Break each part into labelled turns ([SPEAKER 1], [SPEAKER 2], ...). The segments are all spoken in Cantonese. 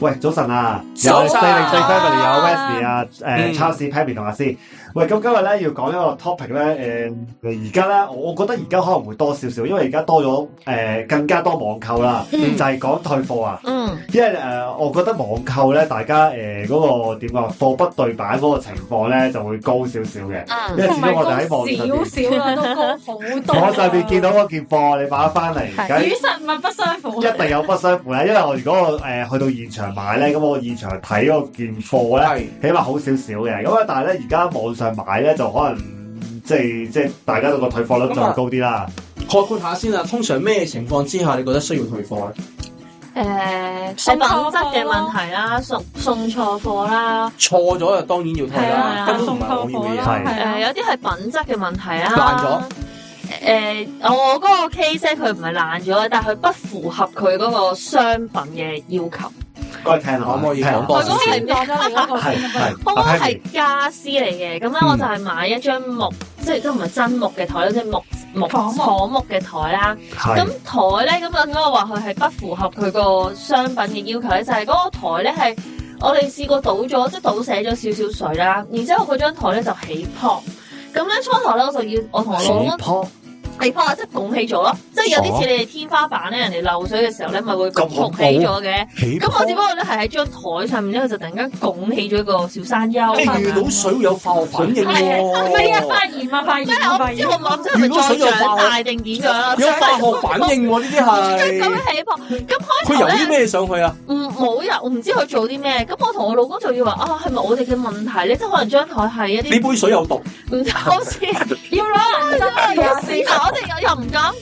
[SPEAKER 1] 喂，早晨啊！有
[SPEAKER 2] 早晨
[SPEAKER 1] 四零四 family 有 Wesley 啊，誒、
[SPEAKER 2] 嗯
[SPEAKER 1] 超市 Pammy 同阿師。喂，咁今日咧要講一個 topic 咧，誒而家咧，我覺得而家可能會多少少，因為而家多咗誒、呃更加多網購啦，
[SPEAKER 2] 嗯
[SPEAKER 1] 就係講退貨啊。
[SPEAKER 3] 嗯，
[SPEAKER 1] 因為誒、呃我覺得網購咧，大家誒嗰、個點講啊貨不對版嗰個情況咧就會高少少嘅，因為始終我哋喺網上
[SPEAKER 2] 嗯少
[SPEAKER 1] 邊，
[SPEAKER 2] 少啦，都高好多啦。
[SPEAKER 1] 網上邊見到嗰件貨，你買咗翻嚟，梗係
[SPEAKER 2] 與實物不相符。
[SPEAKER 1] 一定有不相符啦，因為我如果我誒、去到現場買咧，咁我現場睇嗰件貨咧，
[SPEAKER 4] 係
[SPEAKER 1] 起碼好少少嘅。咁啊，但係咧而家網上買咧就可能即係即係大家都個退貨率就會高啲啦。
[SPEAKER 4] 概括下先啊，通常咩情況之下你覺得需要退啊貨咧？
[SPEAKER 3] 诶，我呃品質嘅問題啦，送送錯貨啦，
[SPEAKER 4] 錯咗就當然要退
[SPEAKER 2] 係
[SPEAKER 4] 啦，
[SPEAKER 2] 啊，
[SPEAKER 4] 根本
[SPEAKER 2] 送
[SPEAKER 4] 唔係
[SPEAKER 2] 錯
[SPEAKER 4] 我要
[SPEAKER 2] 貨
[SPEAKER 4] 嘅
[SPEAKER 2] 啦，
[SPEAKER 4] 嘢。
[SPEAKER 2] 係
[SPEAKER 3] 诶，
[SPEAKER 2] 啊。
[SPEAKER 3] 有啲係品質嘅問題啦，
[SPEAKER 4] 爛咗。
[SPEAKER 3] 诶、我我嗰個 case 咧，佢唔係爛咗，但係佢不符合佢嗰個商品嘅要求。
[SPEAKER 1] 該啊聽下，
[SPEAKER 4] 可唔可以講
[SPEAKER 2] 我
[SPEAKER 4] 多
[SPEAKER 2] 嗰
[SPEAKER 4] 少
[SPEAKER 2] 個係講咗你嗰個
[SPEAKER 1] 係
[SPEAKER 2] 先啊
[SPEAKER 1] 係，
[SPEAKER 3] 我
[SPEAKER 1] 阿
[SPEAKER 3] 嗰個
[SPEAKER 1] Pammy
[SPEAKER 3] 係家私嚟嘅，咁咧
[SPEAKER 4] 嗯
[SPEAKER 3] 我就係買一張木，即係都唔係真木嘅台，即係木木
[SPEAKER 2] 仿木
[SPEAKER 3] 仿木嘅台啦。咁
[SPEAKER 1] 係
[SPEAKER 3] 台咧，咁啊，我話佢係不符合佢個商品嘅要求咧，就係、嗰個台咧係我哋試過倒咗，即係倒瀉咗少少水啦，然之後嗰張台咧就起泡。咁咧初頭咧我就要我同我老公
[SPEAKER 1] 破
[SPEAKER 3] 起泡啊，即係拱起咗咯，即係有啲似你哋天花板咧，人哋漏水嘅時候咧，咪會拱起咗
[SPEAKER 1] 哦
[SPEAKER 3] 嘅。
[SPEAKER 4] 起
[SPEAKER 3] 咁我只不過咧係喺張台上面咧，佢就突然間拱起咗個小山丘。
[SPEAKER 4] 即係遇到水會有化學反應
[SPEAKER 2] 係啊，發炎啊，發炎
[SPEAKER 4] 喎，
[SPEAKER 3] 即係
[SPEAKER 2] 啊，
[SPEAKER 3] 我
[SPEAKER 2] 發
[SPEAKER 3] 唔
[SPEAKER 2] 炎
[SPEAKER 3] 知
[SPEAKER 2] 啊。
[SPEAKER 3] 我唔知係咪再長大定點樣啦。
[SPEAKER 4] 有化學反應喎，呢啲
[SPEAKER 3] 咁
[SPEAKER 4] 係
[SPEAKER 3] 樣起泡，咁開
[SPEAKER 4] 佢
[SPEAKER 3] 頭
[SPEAKER 4] 由
[SPEAKER 3] 咧
[SPEAKER 4] 啲。咩上去啊？
[SPEAKER 3] 唔嗯冇人，我唔知佢做啲咩。咁我同我老公就要話啊，係咪我哋嘅問題咧？即係可能張台係一
[SPEAKER 4] 呢
[SPEAKER 3] 啲
[SPEAKER 4] 杯水有毒，
[SPEAKER 3] 唔好似
[SPEAKER 2] 要攞人哋
[SPEAKER 3] 有
[SPEAKER 2] 嘅
[SPEAKER 3] 事，但我哋又又唔敢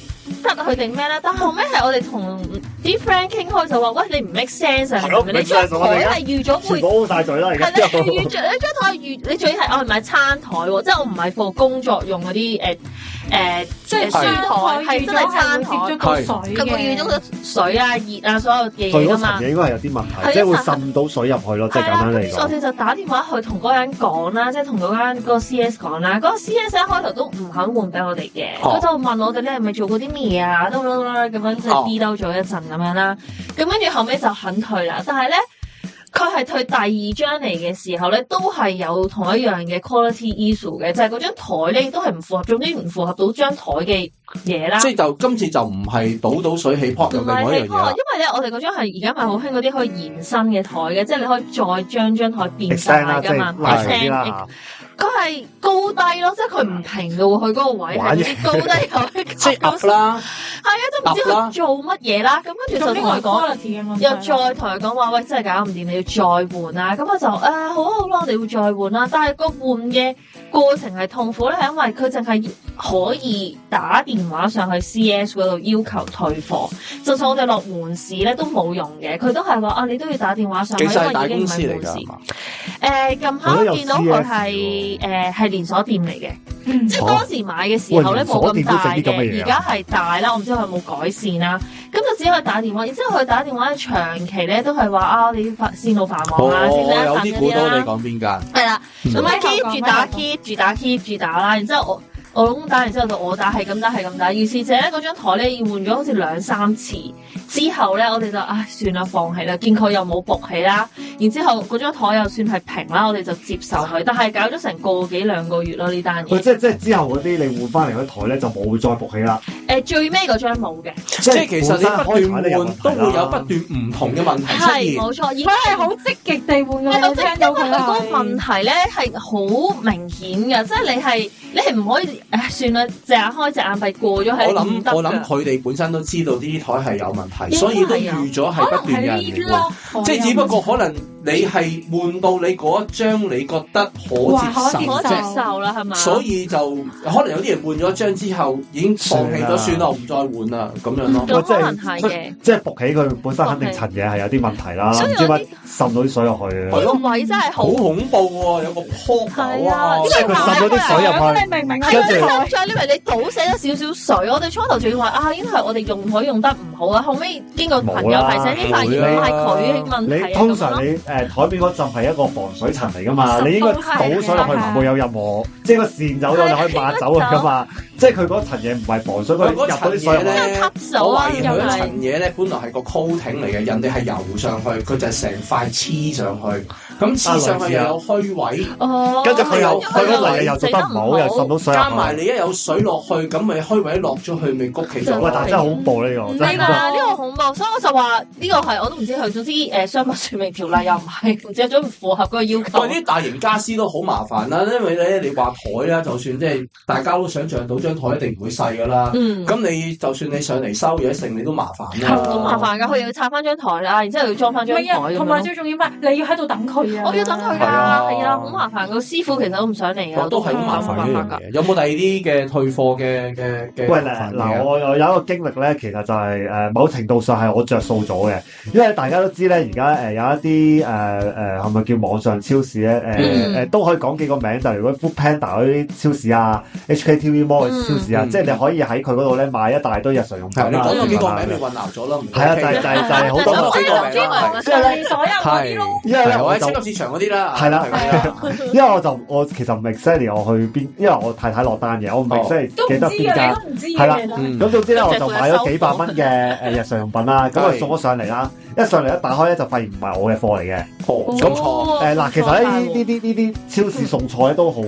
[SPEAKER 3] 得佢定咩咧？但後尾係我哋同啲 friend 傾開就話，喂，你唔 make sense 啊
[SPEAKER 1] 係咯
[SPEAKER 3] 你張台係預咗
[SPEAKER 1] 全
[SPEAKER 3] 會
[SPEAKER 1] 部。烏晒嘴啦，而家
[SPEAKER 3] 係你係預著你張台係預，你最係我唔係餐台喎，即係我唔係放工作用嗰啲誒誒，即係書台係真係餐台，
[SPEAKER 2] 接觸到水
[SPEAKER 3] 佢會遇到
[SPEAKER 2] 嘅。
[SPEAKER 3] 個水啊、熱啊所有嘅
[SPEAKER 1] 對
[SPEAKER 3] 嘢
[SPEAKER 1] 嗰
[SPEAKER 3] 噶
[SPEAKER 1] 層
[SPEAKER 3] 嘛。
[SPEAKER 1] 嘢應該係有啲問題，
[SPEAKER 3] 係
[SPEAKER 1] 即係會
[SPEAKER 3] 一層
[SPEAKER 1] 滲到水入去咯，即係
[SPEAKER 3] 係
[SPEAKER 1] 簡
[SPEAKER 3] 啊啦，
[SPEAKER 1] 單
[SPEAKER 3] 跟
[SPEAKER 1] 嚟
[SPEAKER 3] 住我
[SPEAKER 1] 講。
[SPEAKER 3] 哋就打電話去同嗰個人講啦，即係同嗰間嗰個 C.S. 講啦。嗰、個 C.S. 一開頭都唔肯換俾我哋嘅，佢、
[SPEAKER 4] 哦
[SPEAKER 3] 就問我哋咧係咪做過啲咩啊，都啦啦咁樣即係
[SPEAKER 4] 哦
[SPEAKER 3] D 兜咗一陣咁樣啦。咁跟住後尾就肯退啦，但係咧。佢係退第二張嚟嘅時候咧，都係有同一樣嘅 quality issue 嘅，就係嗰張台咧都係唔符合，總之唔符合到張台嘅嘢啦。
[SPEAKER 4] 即係就今次就唔係倒到水起泡，
[SPEAKER 3] 唔
[SPEAKER 4] 有另外一
[SPEAKER 3] 係
[SPEAKER 4] 樣
[SPEAKER 3] 你
[SPEAKER 4] 嘢啊啦
[SPEAKER 3] 因。為咧，我哋嗰張係而家咪好興嗰啲可以延伸嘅台嘅，即係你可以再將張台變
[SPEAKER 1] extend
[SPEAKER 3] 大
[SPEAKER 1] 啦，即
[SPEAKER 3] 噶嘛
[SPEAKER 1] 係拉長啲
[SPEAKER 3] ，extend，
[SPEAKER 1] 啦，
[SPEAKER 3] 佢係高低咯，即係佢唔平嘅喎，佢嗰個位係
[SPEAKER 1] 玩
[SPEAKER 3] 唔
[SPEAKER 1] 嘢
[SPEAKER 3] 知高低有
[SPEAKER 4] 即係 up 啦，
[SPEAKER 3] 係啊，都唔知佢做乜嘢啦。咁跟住就
[SPEAKER 2] 咁
[SPEAKER 3] 同
[SPEAKER 2] 呢個
[SPEAKER 3] 佢
[SPEAKER 2] 係
[SPEAKER 3] 講。
[SPEAKER 2] quality 嘅問題
[SPEAKER 3] 又
[SPEAKER 2] 啦。
[SPEAKER 3] 再同佢講話，喂，真係搞唔掂，你要再換啦。咁我就誒、啊好啊好啦，我哋會再換啦。但係個換嘅過程係痛苦咧，係因為佢淨係可以打電話上去 CS 嗰度要求退貨，就算我哋落門市咧都冇用嘅，佢都係話啊，你都要打電話上去，
[SPEAKER 4] 其
[SPEAKER 3] 因
[SPEAKER 4] 實係
[SPEAKER 3] 為
[SPEAKER 4] 大
[SPEAKER 3] 已經唔
[SPEAKER 4] 公司
[SPEAKER 3] 係
[SPEAKER 4] 嚟
[SPEAKER 3] 門市
[SPEAKER 4] 㗎。。
[SPEAKER 3] 誒呃近排
[SPEAKER 1] 我覺得有
[SPEAKER 3] 我見到佢
[SPEAKER 1] CS 喎
[SPEAKER 3] 係
[SPEAKER 1] 哦
[SPEAKER 3] 誒係連鎖店嚟嘅。
[SPEAKER 2] 嗯
[SPEAKER 3] 即係當時買嘅時候
[SPEAKER 1] 喂
[SPEAKER 3] 咧
[SPEAKER 1] 連
[SPEAKER 3] 冇
[SPEAKER 1] 鎖
[SPEAKER 3] 咁
[SPEAKER 1] 店都整
[SPEAKER 3] 大
[SPEAKER 1] 啲咁嘅嘢啊
[SPEAKER 3] 嘅，而家係大啦，我唔知佢有冇改善啦。咁就只可以打電話，然之後佢打電話長期咧都係話啊，你發線路繁忙
[SPEAKER 4] 哦
[SPEAKER 3] 啊，先得
[SPEAKER 4] 有
[SPEAKER 3] 一
[SPEAKER 4] 啲
[SPEAKER 3] 份
[SPEAKER 4] 估
[SPEAKER 3] 嗰啲
[SPEAKER 4] 到你
[SPEAKER 3] 啦。
[SPEAKER 4] 講邊間，
[SPEAKER 3] 係啦，咁
[SPEAKER 2] 嗯
[SPEAKER 3] 樣 keep 住打
[SPEAKER 2] 嗯
[SPEAKER 3] keep 住打 keep 住打啦，然之後我。我老公打完之後就我打係咁打係咁打，於是者咧嗰張台咧要換咗好似兩三次之後咧，我哋就唉算啦放棄啦，見佢又冇勃起啦，然之後嗰張台又算係平啦，我哋就接受佢，但係搞咗成個幾兩個月咯呢單嘢
[SPEAKER 1] 喂，。即係即係之後嗰啲你換翻嚟嗰台咧就冇再勃起啦，
[SPEAKER 3] 誒最尾嗰張冇嘅，
[SPEAKER 4] 即係其實你不
[SPEAKER 1] 本身開台都有問題
[SPEAKER 4] 斷換都
[SPEAKER 1] 啦
[SPEAKER 4] 會有不斷唔同嘅問題出
[SPEAKER 3] 係
[SPEAKER 4] 現。
[SPEAKER 3] 冇錯，而
[SPEAKER 2] 佢係好積極地換
[SPEAKER 3] 係
[SPEAKER 2] 嘅，我
[SPEAKER 3] 即
[SPEAKER 2] 聽
[SPEAKER 3] 係
[SPEAKER 2] 到
[SPEAKER 3] 因為
[SPEAKER 2] 佢
[SPEAKER 3] 佢嗰個問
[SPEAKER 2] 係。
[SPEAKER 3] 題咧係好明顯嘅，即係你係你係唔可以誒算啦，隻眼開隻眼閉過咗係
[SPEAKER 4] 我
[SPEAKER 3] 唔得
[SPEAKER 4] 諗我諗
[SPEAKER 3] 㗎
[SPEAKER 4] 佢哋本身都知道呢啲台係有問題，
[SPEAKER 3] 應該係
[SPEAKER 4] 所以都預咗係不斷有人嚟換。即係只不過可能你係換到你嗰一張你覺得可接受啊
[SPEAKER 3] 唔可接
[SPEAKER 4] 啫，
[SPEAKER 3] 受啦，係嘛？
[SPEAKER 4] 所以就可能有啲人換咗張之後已經放棄咗，算
[SPEAKER 1] 算
[SPEAKER 4] 啦，
[SPEAKER 1] 啦
[SPEAKER 4] 我唔再換啦咁樣咯。
[SPEAKER 3] 咁
[SPEAKER 1] 喂即
[SPEAKER 3] 可
[SPEAKER 1] 係
[SPEAKER 3] 能係嘅。嗯
[SPEAKER 1] 即係勃起佢本身肯定層嘢係有啲問題啦，
[SPEAKER 3] 所以
[SPEAKER 1] 唔
[SPEAKER 3] 有
[SPEAKER 1] 知
[SPEAKER 3] 啲啊
[SPEAKER 1] 乜滲到啲水落去啊嘅。
[SPEAKER 4] 係
[SPEAKER 3] 呢
[SPEAKER 4] 咯
[SPEAKER 3] 個位真係
[SPEAKER 4] 嗯好
[SPEAKER 3] 好，
[SPEAKER 4] 恐怖喎，有個泡
[SPEAKER 3] 係
[SPEAKER 4] 泡
[SPEAKER 3] 啊呢
[SPEAKER 4] 啊！
[SPEAKER 3] 個
[SPEAKER 1] 即係佢滲咗啲水入去。
[SPEAKER 2] 你明唔明啊？
[SPEAKER 3] 係啊，
[SPEAKER 1] 跟
[SPEAKER 3] 真
[SPEAKER 1] 住
[SPEAKER 3] 係因為你倒瀉咗少少水，我哋初頭仲要話啊，應該係我哋用海用得唔好啊，後尾經過朋友提醒，呢發現係佢嘅問題
[SPEAKER 1] 你
[SPEAKER 3] 啊
[SPEAKER 1] 通常
[SPEAKER 3] 咁咯
[SPEAKER 1] 你誒、誒台面嗰浸係一個防水層嚟噶嘛，
[SPEAKER 3] 濕
[SPEAKER 1] 你應該
[SPEAKER 3] 都係
[SPEAKER 1] 倒水落去唔會有任何，即係個線走咗你可以抹走佢噶嘛，即係佢嗰層嘢唔係防水，佢入
[SPEAKER 4] 嗰
[SPEAKER 1] 到
[SPEAKER 4] 層
[SPEAKER 1] 啲
[SPEAKER 4] 嘢
[SPEAKER 1] 水落去。
[SPEAKER 4] 咧，
[SPEAKER 3] 吸手
[SPEAKER 4] 我
[SPEAKER 3] 啊，
[SPEAKER 4] 懷疑
[SPEAKER 3] 又
[SPEAKER 4] 佢一層
[SPEAKER 3] 係
[SPEAKER 4] 嘢咧，本來係個 coating 嚟嘅，人哋係游上去，佢就係成塊黐上去，咁黐上去又有虛位，
[SPEAKER 3] 哦，
[SPEAKER 1] 跟住佢又
[SPEAKER 4] 因
[SPEAKER 1] 佢
[SPEAKER 4] 為
[SPEAKER 1] 嗰嚟嘢又做得唔好，又滲到水
[SPEAKER 4] 加
[SPEAKER 1] 入
[SPEAKER 4] 埋
[SPEAKER 1] 去。
[SPEAKER 4] 你一有水落去，咁咪虛位落咗去，咪谷起咗
[SPEAKER 1] 喂，但係真係
[SPEAKER 4] 咯。
[SPEAKER 1] 恐怖呢個，
[SPEAKER 3] 唔
[SPEAKER 1] 真
[SPEAKER 3] 係
[SPEAKER 1] 係
[SPEAKER 3] 㗎，
[SPEAKER 1] 恐怖
[SPEAKER 3] 啊呢個恐怖，所以我就話呢個係我都唔知佢。總之誒，相關説明條例又唔係，唔知有種唔符合嗰個要
[SPEAKER 4] 但
[SPEAKER 3] 求
[SPEAKER 1] 嗯
[SPEAKER 4] 係。啲大型家私都好麻煩啦，因為咧你話台啦，就算即係大家都想象到張台一定唔會細噶啦，
[SPEAKER 3] 嗯，
[SPEAKER 4] 咁你就算你上嚟收嘢剩，你都麻煩啦。
[SPEAKER 3] 好麻煩㗎，佢又要拆翻張台啦，然之後又要裝翻張台
[SPEAKER 2] 係啊，
[SPEAKER 3] 咁
[SPEAKER 2] 同
[SPEAKER 3] 樣
[SPEAKER 2] 埋
[SPEAKER 3] 咯。
[SPEAKER 2] 最重要咩？你要喺度等佢啊！
[SPEAKER 3] 我要等佢㗎，
[SPEAKER 4] 係啊
[SPEAKER 3] 係啊，好麻煩㗎。師傅其實都唔想嚟㗎，
[SPEAKER 1] 啊
[SPEAKER 4] 我都係好麻煩呢
[SPEAKER 3] 好麻
[SPEAKER 4] 樣
[SPEAKER 3] 煩㗎。
[SPEAKER 4] 嘢。有冇第二啲嘅退貨嘅嘅嘅？啊
[SPEAKER 1] 喂嗱嗱，我我有一個經歷咧，其實就係、呃某程度上係我着數咗嘅，因為大家都知咧，而家誒有一啲誒誒係咪叫網上超市咧？誒、呃
[SPEAKER 3] 嗯
[SPEAKER 1] 呃都可以講幾個名，就係如果 Food Panda 嗰啲超市啊、HKTV Mall 嘅超市啊，
[SPEAKER 4] 嗯
[SPEAKER 1] 即係你可以喺佢嗰度咧買一大堆日常用品
[SPEAKER 4] 係啊你
[SPEAKER 1] 啦。
[SPEAKER 4] 講咗幾個
[SPEAKER 1] 咁樣
[SPEAKER 4] 名，你混淆咗啦。唔
[SPEAKER 1] 係啊，就係、
[SPEAKER 4] OK
[SPEAKER 1] 就係、 就係好
[SPEAKER 4] 我
[SPEAKER 1] 多
[SPEAKER 4] 都
[SPEAKER 1] 個
[SPEAKER 4] 知
[SPEAKER 1] 名啊
[SPEAKER 4] 道
[SPEAKER 1] 啦，
[SPEAKER 4] 知道
[SPEAKER 1] 係
[SPEAKER 3] 即係
[SPEAKER 2] 所有嗰啲咯，
[SPEAKER 1] 因為咧
[SPEAKER 4] 係我
[SPEAKER 1] 我
[SPEAKER 4] 喺
[SPEAKER 1] 就
[SPEAKER 4] 超。級市場嗰啲啦。
[SPEAKER 1] 係啦
[SPEAKER 4] 係啊
[SPEAKER 1] 因為我就我其實唔 exactly 我去邊，因為我太太落單嘅，我唔
[SPEAKER 4] 哦
[SPEAKER 1] exactly
[SPEAKER 2] 都唔
[SPEAKER 1] 記
[SPEAKER 2] 知
[SPEAKER 1] 得邊
[SPEAKER 2] 啊，
[SPEAKER 1] 間。
[SPEAKER 2] 你都唔知
[SPEAKER 1] 係啦
[SPEAKER 2] 嘅。原來
[SPEAKER 4] 嗯
[SPEAKER 1] 咁總之咧，
[SPEAKER 3] 咁
[SPEAKER 1] 我
[SPEAKER 3] 就
[SPEAKER 1] 就
[SPEAKER 3] 佢
[SPEAKER 1] 買
[SPEAKER 3] 收
[SPEAKER 1] 咗幾百
[SPEAKER 3] 貨
[SPEAKER 1] 蚊 嘅呃誒日常用品啦，咁啊
[SPEAKER 4] 係
[SPEAKER 1] 送咗上嚟啦，一上嚟一打開咧就發現唔係我嘅貨嚟嘅。
[SPEAKER 4] 哦咁錯。
[SPEAKER 1] 誒嗱，其實咧呢啲呢啲超市送錯咧都好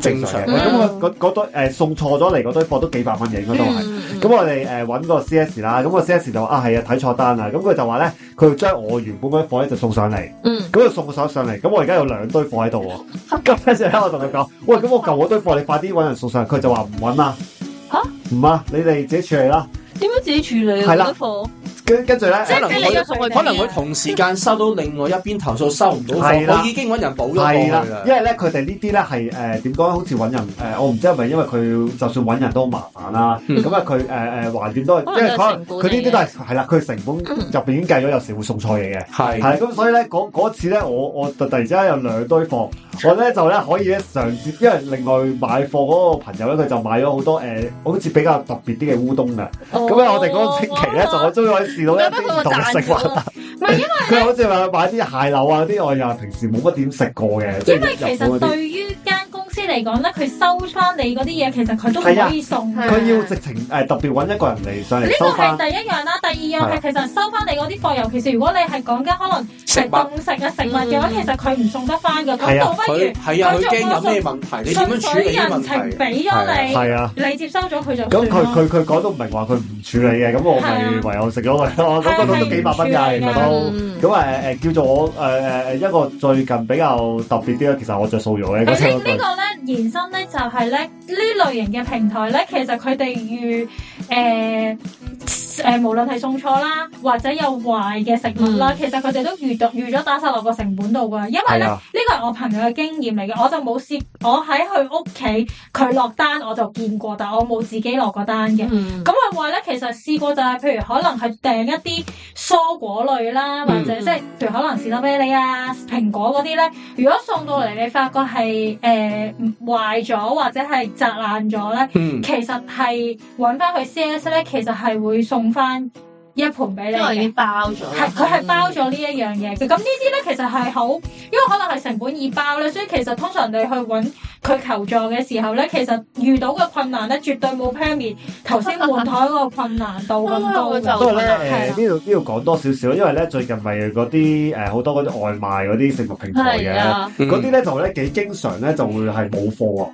[SPEAKER 1] 正常嘅，
[SPEAKER 4] 正
[SPEAKER 3] 常
[SPEAKER 1] 咁嗰嗰堆誒送錯咗嚟嗰堆貨都幾百蚊嘅應該都係。
[SPEAKER 4] 嗯
[SPEAKER 3] 嗯
[SPEAKER 1] 咁我哋誒揾個 C.S. 啦，咁個 C.S. 就話啊係啊睇錯單啦，咁佢就話咧佢要將我原本嗰啲貨咧就送上嚟，
[SPEAKER 3] 嗯
[SPEAKER 1] 咁佢送咗上嚟，咁我而家有兩堆貨喺度 喎，咁跟住咧我同佢講，喂咁我舊嗰堆貨你快啲揾人送上嚟，佢就話唔揾啦，
[SPEAKER 3] 吓
[SPEAKER 1] 唔啊，你哋自己處理啦。
[SPEAKER 3] 點樣自己處理啊
[SPEAKER 1] 係啦
[SPEAKER 3] 嗰啲貨？
[SPEAKER 1] 跟跟住呃咧，
[SPEAKER 3] 即
[SPEAKER 4] 可能
[SPEAKER 3] 係俾你
[SPEAKER 4] 佢
[SPEAKER 3] 約送佢哋啊
[SPEAKER 4] 可能佢同時間收到另外一邊投訴收唔到
[SPEAKER 1] 係啦
[SPEAKER 4] 貨，我已經揾人補
[SPEAKER 1] 係
[SPEAKER 4] 咗過
[SPEAKER 1] 啦
[SPEAKER 4] 去啦，
[SPEAKER 1] 因。為咧佢哋呢啲咧係誒點講，好似揾人誒、呃我唔知係咪因為佢就算揾人都好麻煩啦，
[SPEAKER 4] 嗯
[SPEAKER 1] 咁啊佢誒誒橫掂都係，
[SPEAKER 3] 可
[SPEAKER 1] 因為
[SPEAKER 3] 能都係
[SPEAKER 1] 可能
[SPEAKER 3] 成本
[SPEAKER 1] 佢呢啲都係係啦，佢成
[SPEAKER 3] 嗯
[SPEAKER 1] 本入邊已經計咗，有時會送錯嘢嘅。
[SPEAKER 4] 係
[SPEAKER 1] 係咁，所以咧嗰嗰次咧，我我就突然之間有兩堆貨，我咧就咧可以咧嘗試，因為另外買貨嗰個朋友咧，佢就買咗好多誒、呃好似比較特別啲嘅烏冬嘅。咁咧，我哋嗰個星期
[SPEAKER 3] 哦
[SPEAKER 1] 咧就我終於可以試到一
[SPEAKER 3] 覺得
[SPEAKER 1] 啲唔
[SPEAKER 3] 佢
[SPEAKER 1] 同嘅食物啦。
[SPEAKER 2] 唔係因
[SPEAKER 1] 佢好似話買啲蟹柳啊嗰啲，我又平時冇乜點食過嘅，即係
[SPEAKER 2] 因為其
[SPEAKER 1] 日本嗰
[SPEAKER 2] 實
[SPEAKER 1] 啲。
[SPEAKER 2] 對於間公司嚟講咧，佢收翻你嗰啲嘢，其實佢都唔可以送。
[SPEAKER 3] 係啊
[SPEAKER 2] 呢
[SPEAKER 1] 佢要直情誒、特別揾一個人嚟上嚟
[SPEAKER 2] 個
[SPEAKER 1] 收
[SPEAKER 2] 係
[SPEAKER 1] 翻，
[SPEAKER 2] 第一樣啦，第二樣係其實收翻你嗰啲貨，尤其是如果你係講緊可能
[SPEAKER 4] 食
[SPEAKER 2] 係
[SPEAKER 4] 物，
[SPEAKER 2] 凍食嘅食物嘅話，
[SPEAKER 3] 嗯
[SPEAKER 2] 其實佢唔送得翻㗎。
[SPEAKER 1] 係
[SPEAKER 2] 咁
[SPEAKER 1] 啊
[SPEAKER 2] 倒不如
[SPEAKER 4] 佢係啊，佢
[SPEAKER 2] 佢
[SPEAKER 4] 驚有
[SPEAKER 2] 仲
[SPEAKER 4] 咩問題，你點
[SPEAKER 2] 順
[SPEAKER 4] 樣處
[SPEAKER 2] 水
[SPEAKER 4] 理呢個
[SPEAKER 2] 人
[SPEAKER 4] 問
[SPEAKER 2] 情
[SPEAKER 4] 題？
[SPEAKER 2] 俾咗
[SPEAKER 1] 係啊。
[SPEAKER 2] 你，你接收咗佢就
[SPEAKER 1] 咁
[SPEAKER 2] 算
[SPEAKER 1] 佢
[SPEAKER 2] 啦。
[SPEAKER 1] 佢佢講都唔明話佢唔處理嘅，咁我咪
[SPEAKER 2] 係啊
[SPEAKER 1] 唯有食咗佢咯。咁
[SPEAKER 2] 係
[SPEAKER 1] 嗰度都幾百蚊㗎，
[SPEAKER 2] 係
[SPEAKER 1] 其實都。
[SPEAKER 3] 嗯
[SPEAKER 1] 咁誒誒叫做我誒誒誒一個最近比較特別啲啦，其實我着數咗嘅嗰
[SPEAKER 2] 咁
[SPEAKER 1] 車
[SPEAKER 2] 呢
[SPEAKER 1] 嗰
[SPEAKER 2] 呢
[SPEAKER 1] 句。
[SPEAKER 2] 個咧延伸咧就係咧呢類型嘅平台咧，其實佢哋遇誒誒，無論係送錯啦，或者有壞嘅食物啦，
[SPEAKER 3] 嗯
[SPEAKER 2] 其實佢哋都預到預咗打晒落個成本度㗎，因為
[SPEAKER 1] 係
[SPEAKER 2] 咧呢
[SPEAKER 1] 啊，
[SPEAKER 2] 個係我朋友嘅經驗嚟嘅，我就冇試，我喺佢屋企佢落單我就見過，但我冇自己落過單嘅。
[SPEAKER 3] 嗯
[SPEAKER 2] 咁佢話咧，其實試過就係、譬如可能係訂一啲蔬果類啦，或者
[SPEAKER 3] 嗯
[SPEAKER 2] 即係譬如可能士多啤梨啊、蘋果嗰啲咧，如果送到嚟你發覺係誒、呃、壞咗或者係砸爛咗咧，
[SPEAKER 4] 嗯，
[SPEAKER 2] 其實係揾翻去 C.S 咧，其實係會送翻一盤俾你
[SPEAKER 3] 因為已
[SPEAKER 2] 嘅。
[SPEAKER 3] 經包咗啦，
[SPEAKER 2] 係佢係包咗呢一樣嘢嘅，咁呢啲咧其實係好，因為可能係成本已包咧，所以其實通常你去揾佢求助嘅時候咧，其實遇到嘅困難咧，絕對冇 Pammy 頭先換台嗰個困難度咁高
[SPEAKER 3] 啊我
[SPEAKER 1] 不
[SPEAKER 3] 就
[SPEAKER 2] 嘅。
[SPEAKER 1] 過咧
[SPEAKER 3] 係
[SPEAKER 2] 啦
[SPEAKER 1] 誒呢度呢度講多少少，因為咧最近咪嗰啲誒好多嗰啲外賣嗰啲食物平台
[SPEAKER 3] 係
[SPEAKER 1] 嘅，
[SPEAKER 3] 啊，
[SPEAKER 1] 嗰啲
[SPEAKER 4] 嗰啲
[SPEAKER 1] 咧就咧幾經常咧就會係冇貨喎，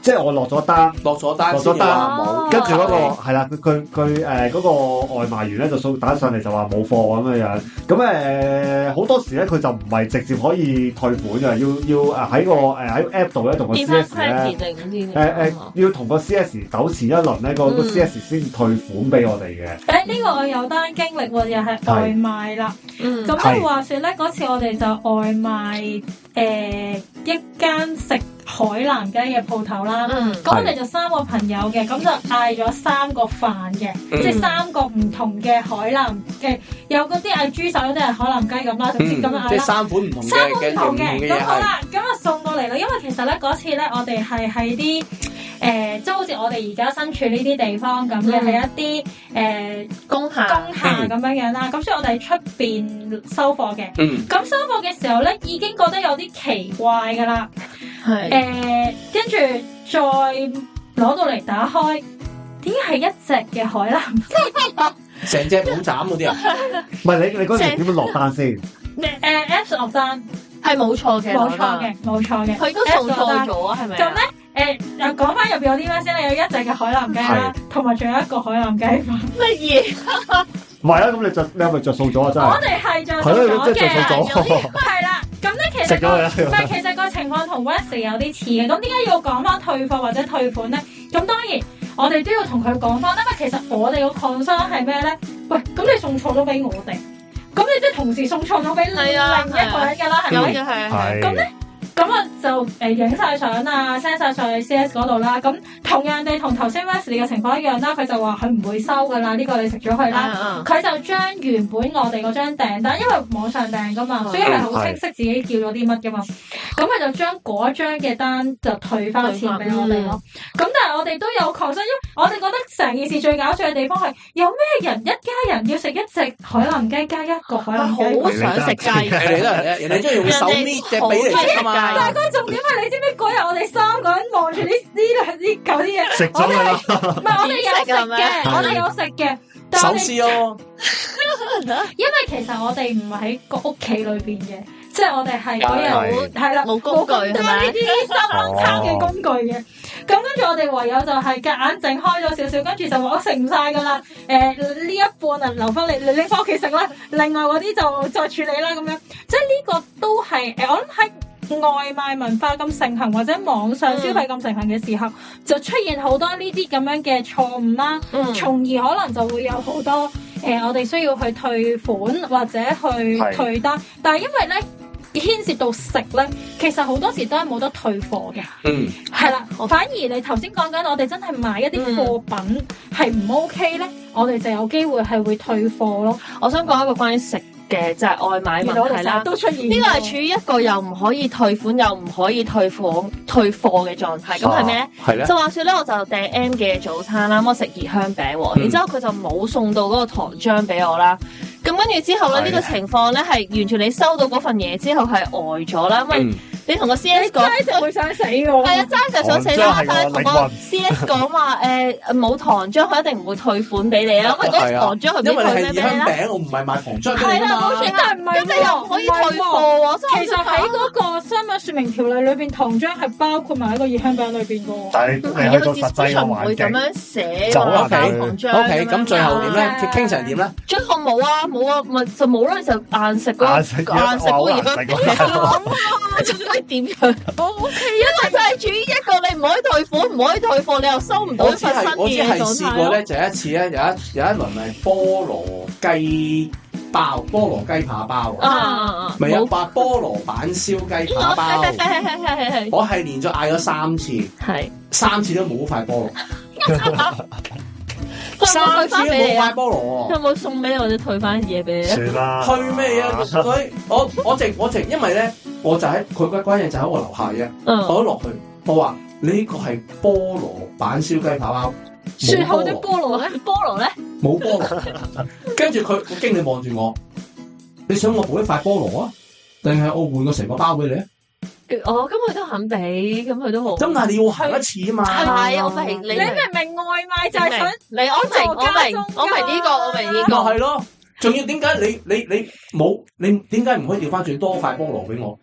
[SPEAKER 1] 即係我落咗單。
[SPEAKER 4] 落咗單
[SPEAKER 1] 落
[SPEAKER 4] 先
[SPEAKER 1] 咗單
[SPEAKER 4] 話
[SPEAKER 2] 哦
[SPEAKER 4] 冇，
[SPEAKER 3] 哦
[SPEAKER 1] 跟住嗰個係啦，佢佢佢誒嗰個外賣員咧就送打上嚟就話冇貨咁樣樣，咁誒好多時咧佢就唔係直接可以退款嘅，要要誒喺個誒喺 app 度咧同個
[SPEAKER 3] 變翻
[SPEAKER 1] CS 咧
[SPEAKER 3] credit 定唔知點
[SPEAKER 1] 啊誒誒
[SPEAKER 3] 樣啊
[SPEAKER 1] 要同個 CS 糾纏一輪咧，個個
[SPEAKER 3] 嗯
[SPEAKER 1] CS 先退款俾我哋嘅，
[SPEAKER 2] 誒呢個我有單經歷喎，又係外賣啦。
[SPEAKER 3] 嗯
[SPEAKER 2] 咁咧
[SPEAKER 1] 係
[SPEAKER 2] 話説咧，嗰次我哋就外賣誒、一間食海南雞嘅鋪頭啦。
[SPEAKER 3] 嗯
[SPEAKER 2] 咁我哋就三個朋友嘅，咁就嗌咗三個飯嘅，
[SPEAKER 4] 嗯
[SPEAKER 2] 即係三個唔同嘅海南嘅，有嗰啲嗌豬手，有啲係海南雞咁啦，總之
[SPEAKER 4] 嗯
[SPEAKER 2] 咁樣
[SPEAKER 4] 即
[SPEAKER 2] 嗌
[SPEAKER 4] 係
[SPEAKER 2] 啦。
[SPEAKER 4] 三款唔同嘅
[SPEAKER 2] 三個唔
[SPEAKER 4] 嘅唔
[SPEAKER 2] 同
[SPEAKER 4] 同
[SPEAKER 2] 嘅，
[SPEAKER 4] 嘅
[SPEAKER 2] 咁啊
[SPEAKER 4] 嘢
[SPEAKER 2] 好
[SPEAKER 4] 係。
[SPEAKER 2] 啦，咁啊送到嚟啦。因為其實咧嗰次咧，我哋係喺啲誒，即係好似我哋而家身處呢啲地方咁
[SPEAKER 4] 嗯
[SPEAKER 2] 嘅，係一啲誒
[SPEAKER 3] 工下，
[SPEAKER 2] 工廈咁樣樣啦。咁所以我哋喺出邊收貨嘅。
[SPEAKER 4] 嗯，
[SPEAKER 2] 咁收貨嘅時候咧，已經覺得有啲奇怪噶啦。誒、
[SPEAKER 3] 係
[SPEAKER 2] 跟住再攞到嚟打開，點解係一隻嘅 海南？
[SPEAKER 4] 成隻冇斬嗰 啲啊，
[SPEAKER 1] 唔係你你嗰陣時點樣落單先？
[SPEAKER 2] 誒、Apps Ờ, 落單，
[SPEAKER 3] 係冇錯嘅，
[SPEAKER 2] 冇錯，嘅，冇錯嘅。
[SPEAKER 3] 佢都送錯咗啊，係咪
[SPEAKER 2] 咁
[SPEAKER 3] 啊？
[SPEAKER 2] 咧，誒、又講翻入邊有啲咩先啦？有一隻嘅海南雞啦，同埋仲有一個海南雞飯。
[SPEAKER 3] 乜嘢？
[SPEAKER 1] 唔係啊，咁你着你係咪着數咗啊？真
[SPEAKER 2] 我
[SPEAKER 1] 係
[SPEAKER 2] 哋係着數
[SPEAKER 1] 係咯，
[SPEAKER 2] 咗
[SPEAKER 1] 你真係
[SPEAKER 2] 嘅，
[SPEAKER 1] 着數咗。
[SPEAKER 2] 係啦。咁咧其
[SPEAKER 1] 食
[SPEAKER 2] 實
[SPEAKER 1] 咗
[SPEAKER 2] 個
[SPEAKER 1] 佢啦
[SPEAKER 2] 唔
[SPEAKER 3] 啊
[SPEAKER 2] 係，其實個情況同 West 有啲似嘅。咁點解要講翻退貨或者退款咧？咁當然我哋都要同佢講翻，因為其實我哋個 concern 係咩咧？喂，咁你送錯咗俾我哋，咁你即係同時送錯咗俾另一
[SPEAKER 3] 係
[SPEAKER 2] 個
[SPEAKER 3] 啊
[SPEAKER 2] 人㗎啦，係
[SPEAKER 1] 嗯
[SPEAKER 3] 有
[SPEAKER 2] 咪？
[SPEAKER 3] 嘅係啊，
[SPEAKER 1] 係
[SPEAKER 2] 咁咧咁我就誒影晒相啊，send 晒上去 CS 嗰度啦。咁同樣地，同頭先 Wesley 嘅情況一樣啦，佢就話佢唔會收噶啦，呢、個你食咗佢
[SPEAKER 3] 係啊
[SPEAKER 2] 啦。
[SPEAKER 3] 啊
[SPEAKER 2] 佢就將原本我哋嗰張訂單，因為網上訂噶嘛，所以係好清晰自己叫咗啲乜噶嘛。咁佢就將嗰張嘅單就退翻錢俾我哋咯。咁但係我哋都有抗爭，因為我哋覺得成件事最搞笑嘅地方係有咩人一家人要食一隻海南雞加一個海
[SPEAKER 3] 我
[SPEAKER 2] 南雞飯
[SPEAKER 3] 好啊想食雞，
[SPEAKER 4] 人哋都係人哋都係用手搣隻俾你食啊嘛
[SPEAKER 2] 但，係嗰個重點係你知唔知嗰日我哋三個人望住呢呢兩呢嚿啲嘢，
[SPEAKER 1] 食咗佢啦，
[SPEAKER 2] 唔係我哋有食
[SPEAKER 3] 點食㗎係咪
[SPEAKER 2] 嘅，我哋有食嘅，但係
[SPEAKER 4] 手
[SPEAKER 2] 我哋
[SPEAKER 4] 撕咯，
[SPEAKER 2] 因為其實我哋唔喺個屋企裏邊嘅，即係我哋係嗰日
[SPEAKER 1] 係
[SPEAKER 3] 冇
[SPEAKER 2] 係啦，
[SPEAKER 3] 冇工具
[SPEAKER 2] 冇咁多
[SPEAKER 3] 係咪
[SPEAKER 2] 呢啲三窿餐嘅工具嘅。哦咁跟住我哋唯有就係夾硬整開咗少少，跟住就話我食唔晒㗎啦。誒、呢一半啊留翻你，你拎翻屋企食啦。另外嗰啲就再處理啦咁樣。即係呢個都係誒、我諗喺。外賣文化咁盛行，或者網上消費咁盛行嘅時候，就出現好多呢啲咁樣嘅錯誤啦。
[SPEAKER 3] 嗯，
[SPEAKER 2] 從而可能就會有好多誒、呃我哋需要去退款或者去
[SPEAKER 1] 係
[SPEAKER 2] 退單，但係因為咧牽涉到食咧，其實好多時都係冇得退貨嘅，
[SPEAKER 4] 嗯，
[SPEAKER 2] 係啦
[SPEAKER 3] 我。
[SPEAKER 2] 反而你頭先講緊，我哋真係買一
[SPEAKER 3] 嗯
[SPEAKER 2] 啲貨品係唔 OK 咧，我哋就有機會係會退貨咯。
[SPEAKER 3] 我想講一個關於食嘅就係外賣
[SPEAKER 2] 而我哋
[SPEAKER 3] 問題
[SPEAKER 2] 成
[SPEAKER 3] 啦
[SPEAKER 2] 日。都出現
[SPEAKER 3] 呢個係處於一個又唔可以退款又唔可以退貨退貨嘅狀態，咁哦係啊咩咧？
[SPEAKER 4] 係咧，
[SPEAKER 3] 就話説咧，我就訂 M 嘅早餐啦，咁我食熱香餅喎，
[SPEAKER 4] 嗯
[SPEAKER 3] 然之後佢就冇送到嗰個糖漿俾我啦。咁跟住之後咧，呢個情況咧係完全你收到嗰份嘢之後係呆咗啦，因為
[SPEAKER 4] 嗯，
[SPEAKER 3] 你同個 CS 講。
[SPEAKER 2] 街食會想死㗎
[SPEAKER 3] 係
[SPEAKER 2] 喎。
[SPEAKER 3] 啊，爭就想死啦
[SPEAKER 1] 糖漿係！
[SPEAKER 3] 但係
[SPEAKER 1] 我
[SPEAKER 3] 同
[SPEAKER 1] 靈
[SPEAKER 3] 個
[SPEAKER 1] 魂
[SPEAKER 3] CS 講話誒冇糖漿，佢一定唔會退款俾你啦。因為嗰個糖漿佢
[SPEAKER 4] 因
[SPEAKER 3] 邊
[SPEAKER 4] 為你
[SPEAKER 3] 退
[SPEAKER 4] 係二
[SPEAKER 3] 咩俾你
[SPEAKER 4] 香
[SPEAKER 3] 啦？
[SPEAKER 4] 餅，我唔係賣糖漿
[SPEAKER 2] 啊
[SPEAKER 4] 俾
[SPEAKER 2] 係
[SPEAKER 4] 你
[SPEAKER 2] 啦，
[SPEAKER 4] 啊
[SPEAKER 2] 冇
[SPEAKER 4] 嘛
[SPEAKER 2] 錯，，但係唔係
[SPEAKER 3] 咁你又
[SPEAKER 2] 喎，
[SPEAKER 3] 唔可以
[SPEAKER 2] 唔係
[SPEAKER 3] 退
[SPEAKER 2] 喎。
[SPEAKER 3] 貨喎，所以
[SPEAKER 2] 其實
[SPEAKER 3] 我想講
[SPEAKER 2] 喺嗰個商品説明條例裏邊，糖漿係包括埋喺個熱香餅裏邊㗎喎。
[SPEAKER 1] 但係你
[SPEAKER 3] 係
[SPEAKER 1] 你去到
[SPEAKER 3] 因為
[SPEAKER 1] 實際
[SPEAKER 3] description 唔
[SPEAKER 1] 嘅
[SPEAKER 3] 會
[SPEAKER 1] 環
[SPEAKER 3] 咁
[SPEAKER 1] 境，
[SPEAKER 3] 樣寫
[SPEAKER 1] 走
[SPEAKER 3] 話
[SPEAKER 1] 啦佢
[SPEAKER 3] 包糖漿
[SPEAKER 4] OK，
[SPEAKER 3] 樣
[SPEAKER 4] 咁最後點咧
[SPEAKER 2] 啊？
[SPEAKER 4] 傾成點咧？
[SPEAKER 3] 最後冇啊冇啊，咪就冇啦，就硬食嗰
[SPEAKER 1] 硬食
[SPEAKER 3] 個
[SPEAKER 1] 嘢
[SPEAKER 3] 硬食嗰個
[SPEAKER 1] 哇好
[SPEAKER 3] 熱
[SPEAKER 1] 難食
[SPEAKER 3] 香餅，仲可以點樣？
[SPEAKER 2] 我 OK
[SPEAKER 3] 因為就係處於一個你唔可以退款，唔可以退貨，你又收唔到
[SPEAKER 4] 我
[SPEAKER 3] 一
[SPEAKER 4] 只
[SPEAKER 3] 份新
[SPEAKER 4] 係我只
[SPEAKER 3] 嘢
[SPEAKER 4] 係
[SPEAKER 3] 嘅狀
[SPEAKER 4] 試
[SPEAKER 3] 態
[SPEAKER 4] 過
[SPEAKER 3] 咯。
[SPEAKER 4] 咧，就有一次咧，有一有一輪係菠蘿雞包、菠蘿雞扒包啊，
[SPEAKER 3] 啊啊，啊
[SPEAKER 4] 咪有啊白菠蘿板燒雞扒 包，
[SPEAKER 3] 係係係係係係
[SPEAKER 4] 我係連咗嗌咗三次，
[SPEAKER 3] 係
[SPEAKER 4] 三次都冇塊菠蘿，三次都冇塊？菠蘿
[SPEAKER 3] 佢有冇退翻俾你啊佢有
[SPEAKER 4] 喎。
[SPEAKER 3] 冇送俾你或者退翻嘢俾你啊？
[SPEAKER 1] 算啦。
[SPEAKER 4] 去咩啊？所以我我直我直，因為咧，我就喺佢嗰關嘢就喺我樓下嘅，
[SPEAKER 3] 嗯，
[SPEAKER 4] 我一落去，我話你呢個係菠蘿板燒雞扒包，
[SPEAKER 2] 雪
[SPEAKER 4] 冇
[SPEAKER 2] 好
[SPEAKER 4] 菠
[SPEAKER 2] 啲
[SPEAKER 4] 蘿，
[SPEAKER 2] 菠蘿
[SPEAKER 3] 菠
[SPEAKER 2] 咧
[SPEAKER 3] 蘿。咧，菠蘿咧，
[SPEAKER 4] 冇菠蘿。跟住佢個經理望住我，你想我補一塊菠蘿啊？定係我換個成個包俾你啊？
[SPEAKER 3] 哦，咁佢都肯俾，咁佢都好。
[SPEAKER 4] 咁但係你要行一次啊嘛。
[SPEAKER 3] 係，我明
[SPEAKER 2] 你明
[SPEAKER 3] 你明，
[SPEAKER 2] 唔明外賣就係想
[SPEAKER 3] 你我明我明我明呢個我明呢
[SPEAKER 4] 咪
[SPEAKER 3] 個
[SPEAKER 4] 係。咯，仲要點解你你你冇你點解唔可以調翻轉多塊菠蘿俾 我？